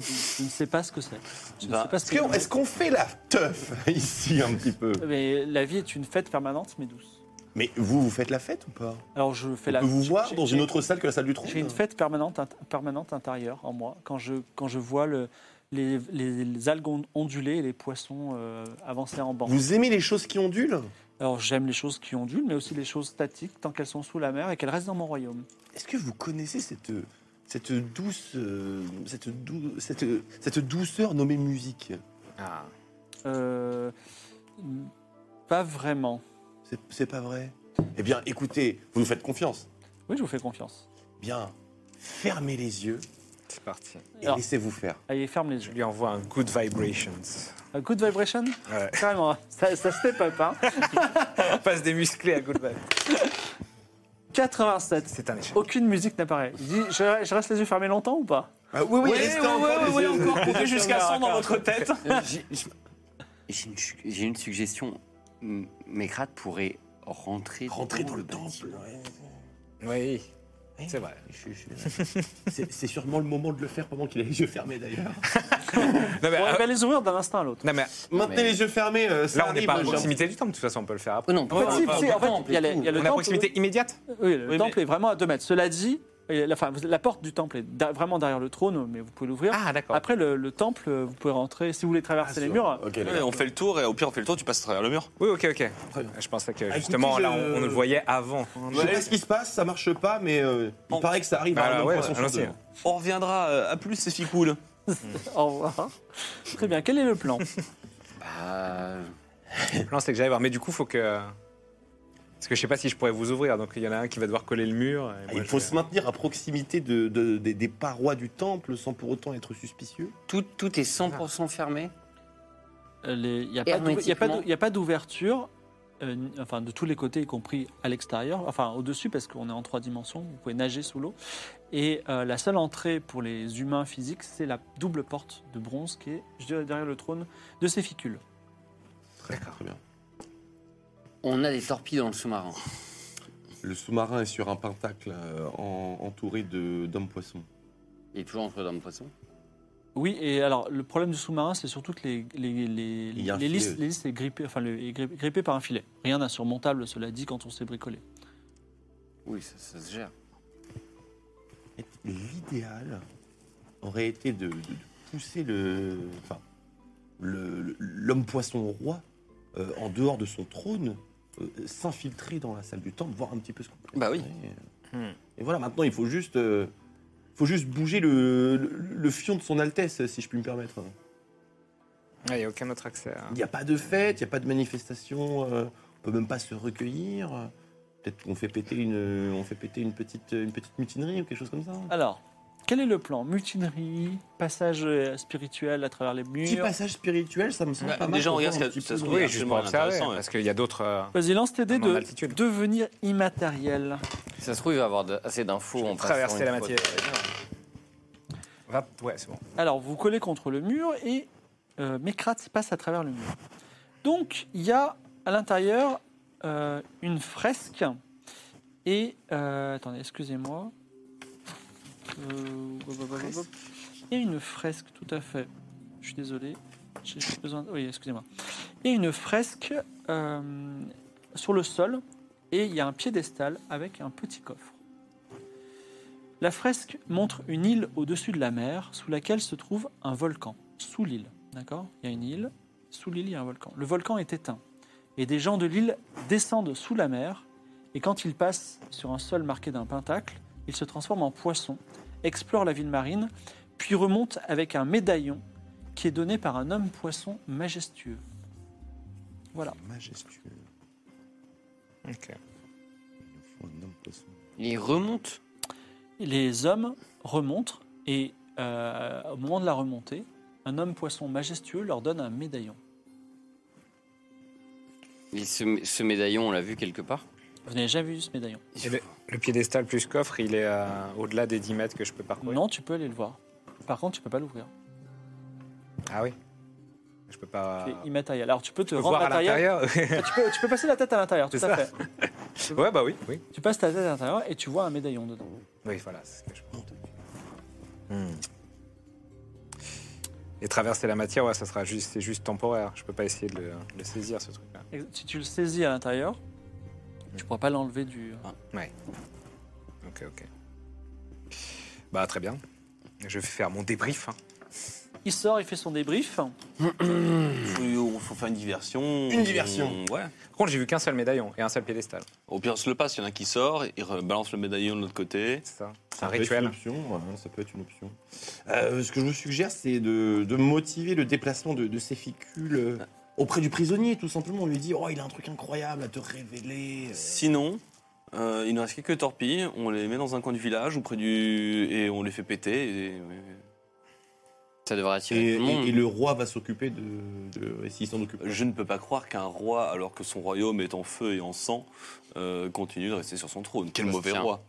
je ne sais pas ce que c'est. Je ne
Bah,
sais pas ce
Est-ce qu'on
que
est-ce qu'on fait la teuf ici un petit peu
Mais la vie est une fête permanente, mais douce.
Mais vous, vous faites la fête ou pas
Alors, je fais
On
la.
peut vous
j'ai-
voir
j'ai-
dans une
j'ai-
autre salle que la salle du trône
J'ai une fête permanente, int- permanente intérieure en moi. Quand je, quand je vois le, les, les- les algues on- onduler et les poissons euh, avancer en banc.
Vous aimez les choses qui ondulent
Alors j'aime les choses qui ondulent, mais aussi les choses statiques tant qu'elles sont sous la mer et qu'elles restent dans mon royaume.
Est-ce que vous connaissez cette, cette, douce, euh, cette, dou- cette, cette douceur nommée musique
Ah.
Euh, pas vraiment.
C'est- C'est pas vrai Eh bien, écoutez, vous nous faites confiance.
Oui, je vous fais confiance.
Bien, fermez les yeux
C'est parti.
et
Alors.
laissez-vous faire.
Allez, ferme les
Je
yeux.
lui envoie un good vibrations.
Euh, Good vibration
Ouais.
Carrément, hein. ça, ça step up. Hein.
On passe des musclés à good vibrations.
87.
C'est un échec.
Aucune musique n'apparaît. Je, dis, je- je reste les yeux fermés longtemps ou pas
Ah, oui,
Oui, oui, oui, oui, oui, encore comptez jusqu'à 100 dans votre tête.
J'ai j'ai une, su- j'ai une suggestion. M- Megrat pourrait rentrer,
Rentrez dans le temple.
bâtiment.
ouais.
Oui, c'est vrai.
Je- je- C'est c'est sûrement le moment de le faire pendant qu'il a les yeux fermés d'ailleurs.
Non, mais,
On
euh,
va les ouvrir d'un instant à l'autre.
non, mais
Maintenez
mais-
les yeux fermés, euh, ça
là, on n'est
arrive,
pas à
j'ai un-
proximité du temple, de toute façon, on peut le faire
Oh
après.
non,
En fait,
pas-
si,
pas-
si,
pas
en
au
fait,
temple
il y a
et
les-
tout.
il y a le
On est
temple.
à
euh,
proximité immédiate
Oui, le
Oui,
temple
mais-
est vraiment à 2 mètres. Cela dit, et la, enfin, la porte du temple est da- vraiment derrière le trône, mais vous pouvez l'ouvrir.
Ah, d'accord.
Après le, le temple, euh, vous pouvez rentrer. Si vous voulez
Ah,
traverser les murs,
Ok,
Ouais,
d'accord.
on fait le tour et au pire on fait le tour, tu passes à travers le mur.
Oui, ok, ok.
Très bien.
Je pensais que
Ah,
justement,
écoutez,
là,
je-
on, on ne le voyait avant.
Je sais pas ce qui se passe, ça marche pas, mais euh, il
On-
paraît que ça arrive
Bah,
à un
ouais,
poisson
allons-y.
sur deux.
On reviendra euh, à plus, c'est fi cool.
au revoir. Très bien. Quel est le plan
Bah,
Le plan, c'est que j'allais voir. Mais du coup, faut que. Parce que je sais pas si je pourrais vous ouvrir. Donc, il y en a un qui va devoir coller le mur. et
Ah,
moi,
il faut
je-
se maintenir à proximité de- de- des- des parois du temple sans pour autant être suspicieux.
tout, tout est 100% fermé.
Euh, les- Il n'y a pas d'ou- il y a pas d'ou-
Hermétiquement.
il y a pas d'ouverture, euh, ni- enfin de tous les côtés, y compris à l'extérieur, enfin au-dessus, parce qu'on est en trois dimensions, vous pouvez nager sous l'eau. Et euh, la seule entrée pour les humains physiques, c'est la double porte de bronze qui est je dirais, derrière le trône de Céphicules.
D'accord. Très bien.
On a des torpilles dans le sous-marin.
Le sous-marin est sur un pentacle euh, en- entouré de- d'hommes poissons.
Il est toujours entre dans le poisson.
Oui, et alors le problème du sous-marin, c'est surtout que les, les, les,
Il y a un
les
filet.
listes, les listes est grippée, enfin, le- est grippé- grippé par un filet. Rien d'insurmontable, cela dit, quand on s'est bricolé.
Oui, ça, ça se gère.
L'idéal aurait été de, de- de pousser le, enfin, le- le- l'homme poisson roi euh, en dehors de son trône, euh, s'infiltrer dans la salle du temple, voir un petit peu ce qu'on peut.
Bah oui.
Et, euh, et voilà, maintenant il faut juste, euh, faut juste bouger le, le- le fion de son Altesse, si je puis me permettre.
Ah, Il n'y a aucun autre accès. hein.
Il n'y a pas de fête, il n'y a pas de manifestation, euh, on peut même pas se recueillir. Peut-être qu'on fait péter une, on fait péter une petite, une petite mutinerie ou quelque chose comme ça.
Alors, quel est le plan Mutinerie, passage euh, spirituel à travers les
Petit
murs.
passage spirituel, ça me semble pas mal.
Bah, Déjà, on
pour
regarde
voir
ce
un
qu'il y a-
petit
ça
peu
se
de-
trouve,
Oui,
c'est
juste pour
absolument
observer.
intéressant, ouais.
Parce qu'il y a d'autres. euh,
Vas-y, lance tes dés
Dans
de
l'altitude.
devenir immatériel.
Si ça se trouve, il va avoir de- assez d'infos. en
Traverser la
passant une
matière. Vingt- Ouais, c'est bon.
Alors, vous collez contre le mur et euh, Mekrat passe à travers le mur. Donc, il y a à l'intérieur euh, une fresque. Et. euh, attendez, excusez-moi. Euh, hop, hop, hop, hop, hop. et une fresque, tout à fait. Je suis désolé. J'ai j'ai besoin. Oui, excusez-moi. Et une fresque euh, sur le sol. Et il y a un piédestal avec un petit coffre. La fresque montre une île au-dessus de la mer, sous laquelle se trouve un volcan. Sous l'île, d'accord Il y a une île, sous l'île il y a un volcan. Le volcan est éteint, et des gens de l'île descendent sous la mer Et quand il passe sur un sol marqué d'un pentacle, il se transforme en poisson, explore la ville marine, puis remonte avec un médaillon qui est donné par un homme poisson majestueux. Voilà.
Majestueux.
Ok.
Il faut un homme poisson.
Il remonte.
Les hommes remontent et euh, au moment de la remontée, un homme poisson majestueux leur donne un médaillon.
Il se- ce médaillon, on l'a vu quelque part.
Vous n'avez jamais vu ce médaillon
Et le, le piédestal plus coffre, il est à- au-delà des 10 mètres que je peux parcourir.
Non, tu peux aller le voir. Par contre, tu peux pas l'ouvrir.
Ah oui. Je peux pas.
Tu es immatériel. Alors tu peux te
Je Ah. peux
rendre
voir à
matériel. Ah,
l'intérieur.
tu, peux, tu peux passer la tête à l'intérieur, tout
C'est
à
ça.
fait.
ouais, bah oui, oui.
Tu passes ta tête à l'intérieur et tu vois un médaillon dedans.
Oui, voilà, c'est ce que je pense. Hmm. Et traverser la matière, ouais, ça sera juste, c'est juste temporaire. Je peux pas essayer de le, le saisir, ce truc-là.
Et si tu le saisis à l'intérieur,
Mm.
tu pourras pas l'enlever du.
Ah. Ok, ok. Bah, très bien. Je vais faire mon débrief. hein.
Il sort, il fait son débrief.
Faut, faut faire une diversion.
Une diversion.
Ouais.
Par contre, j'ai vu qu'un seul médaillon et un seul piédestal.
Au pire, on se le passe. Il y en a un qui sort, il balance le médaillon de l'autre côté.
C'est ça. C'est
Ça
un
peut être
rituel.
une option, ouais, ça peut être une option. Euh, ce que je vous suggère, c'est de, de motiver le déplacement de, de ces ficules euh, auprès du prisonnier, tout simplement. On lui dit Oh, il a un truc incroyable à te révéler.
Sinon, euh, il ne reste quelques torpilles. On les met dans un coin du village ou près du et on les fait péter. et- euh,
Ça devrait
Et,
attirer tout le
et-
monde.
et le roi va s'occuper de. de- et s'il s'en occupe.
Je ne peux pas croire qu'un roi, alors que son royaume est en feu et en sang, euh, continue de rester sur son trône. Quel
Ça se
mauvais
tient.
roi.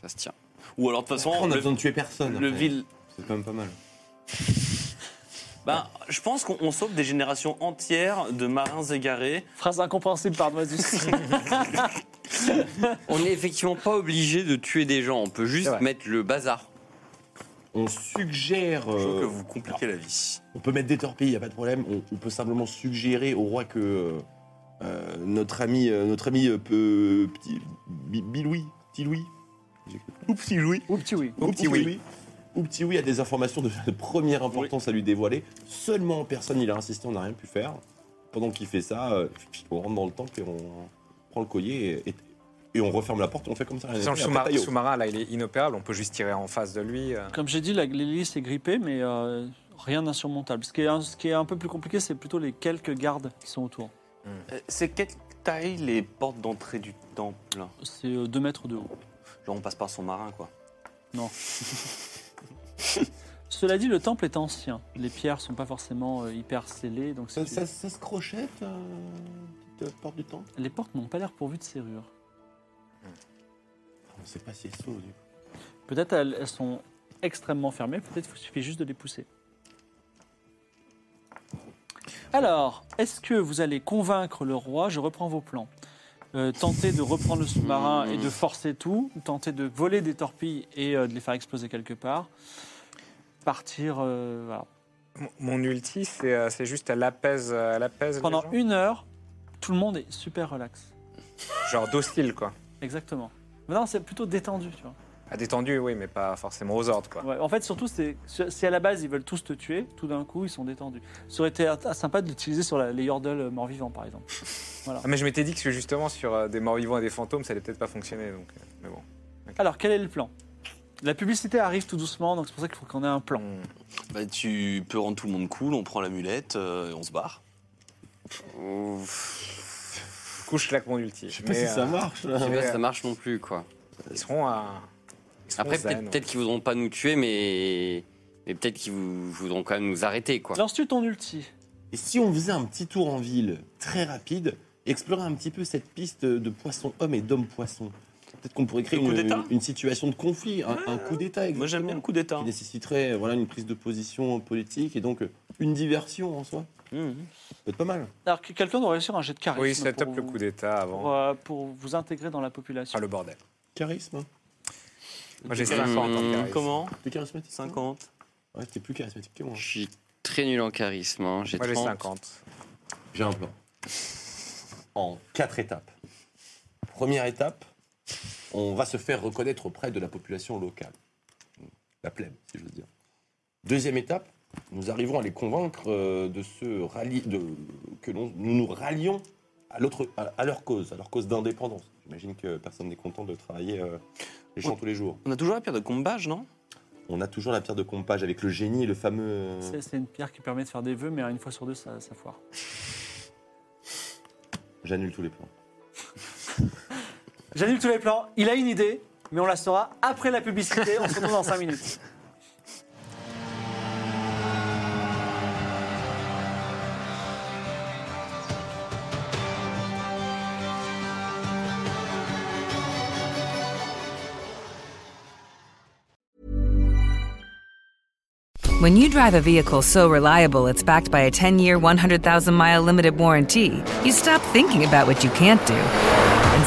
Ça se tient.
Ou alors de toute façon,
on a
le,
besoin de tuer personne.
le
après.
vil-
C'est quand même pas mal.
Ben, je pense qu'on on sauve des générations entières de marins égarés.
Phrase incompréhensible par Mosus.
On n'est effectivement pas obligé de tuer des gens. On peut
C'est
juste
vrai.
mettre le bazar.
On suggère.
Je trouve
euh,
que vous compliquez la vie.
On peut mettre des torpilles, il n'y a pas de problème. On, on peut simplement suggérer au roi que euh, euh, notre ami, euh, notre ami euh, peu- petit, Bi- Biloui, petit Louis, ou petit Louis,
Ou petit oui.
ou petit Louis, ou petit Louis a des informations de de première importance à lui dévoiler. Seulement en personne, il a insisté, on n'a rien pu faire. Pendant qu'il fait ça, euh, on rentre dans le tank et on prend le collier et, et- et on referme la porte et on fait comme ça.
De toute façon, le sous-marin- le sous-marin, là, il est inopérable. On peut juste tirer en face de lui. euh.
Comme j'ai dit, la- l'hélice est grippée, mais euh, rien d'insurmontable. Ce qui, est un, ce qui est un peu plus compliqué, c'est plutôt les quelques gardes qui sont autour.
Euh, C'est quelle taille les portes d'entrée du temple Genre
C'est 2 mètres de haut.
on passe par son marin quoi.
Cela dit, le temple est ancien. Les pierres sont pas forcément euh, hyper scellées, donc
Ça,
c'est-
ça- ça se crochette, euh, petite euh, porte du temple
les portes n'ont pas l'air pourvues de serrure.
On ne sait pas si elle s'ouvre du coup.
Peut-être elles, elles sont extrêmement fermées, peut-être il suffit juste de les pousser. Alors, est-ce que vous allez convaincre le roi Je reprends vos plans. Euh, tenter de reprendre le sous-marin et de forcer tout, tenter de voler des torpilles et euh, de les faire exploser quelque part, partir euh, voilà.
Mon- Mon ulti, c'est euh, c'est juste à l'apaise. euh, elle apaise les
pendant
gens.
une heure, tout le monde est super relax.
Genre docile, quoi.
Exactement. Maintenant, c'est plutôt détendu, tu vois.
À détendu, oui, mais pas forcément aux ordres, quoi.
Ouais, en fait, surtout, c'est si à la base ils veulent tous te tuer, tout d'un coup ils sont détendus. Ça aurait été at- sympa de l'utiliser sur la- les Yordles morts-vivants, par exemple.
Ah, mais je m'étais dit que justement, sur euh, des morts-vivants et des fantômes, ça allait peut-être pas fonctionner. Donc, euh, mais bon.
Alors, quel est le plan La publicité arrive tout doucement, donc c'est pour ça qu'il faut qu'on ait un plan.
Hmm.
Bah, tu peux rendre tout le monde cool, on prend l'amulette euh, et on se barre.
Du coup, je claque mon ulti.
Je sais pas si ça marche. là.
Je sais pas
Mais,
si ça
euh,
marche non plus, quoi.
Ils seront à. ils seront
Après,
zen,
peut-être
ouais.
peut qu'ils voudront pas nous tuer, mais, mais peut-être qu'ils vou- voudront quand même nous arrêter, quoi.
Lance-tu ton ulti
Et si on faisait un petit tour en ville très rapide, explorer un petit peu cette piste de poisson homme et d'homme poisson Peut-être qu'on pourrait créer
Le coup
une,
d'État Ah,
une situation de conflit, un, un coup d'État.
Moi j'aime
exactement,
bien le coup d'état.
Qui nécessiterait voilà, une prise de position politique et donc euh, une diversion en soi.
Mhm.
Ça peut être pas mal.
Alors, que quelqu'un doit réussir un jet de charisme.
Oui, ça
pour
tape le
vous-
coup d'État
Pour,
avant.
euh, pour vous intégrer dans la
Ah,
population.
le bordel.
Charisme. hein.
Moi, j'ai hein,
Mmh.
50 en
euh,
charisme.
Comment
T'es charismatique toi
50.
Ouais, t'es plus charismatique que moi. hein.
Je suis très nul en charisme, hein. j'ai
Moi, j'ai
30.
50.
J'ai un plan. En quatre étapes. Première étape, on va se faire reconnaître auprès de la population locale. La plèbe, si j'ose dire. Deuxième étape, nous arrivons à les convaincre euh, de se rallier, de, que l'on- nous nous rallions à, l'autre, à, à leur cause, à leur cause d'indépendance. J'imagine que personne n'est content de travailler euh, les champs
Oui.
tous les jours.
On a toujours la pierre de combage, non
On a toujours la pierre de compage avec le génie et le fameux. euh,
C'est c'est une pierre qui permet de faire des vœux, mais une fois sur deux, ça, ça foire.
J'annule tous les plans.
J'annule tous les plans. Il a une idée, mais on la saura après la publicité. On se retrouve dans 5 minutes.
When you drive a vehicle so reliable it's backed by a 10 year, 100,000 mile limited warranty, you stop thinking about what you can't do and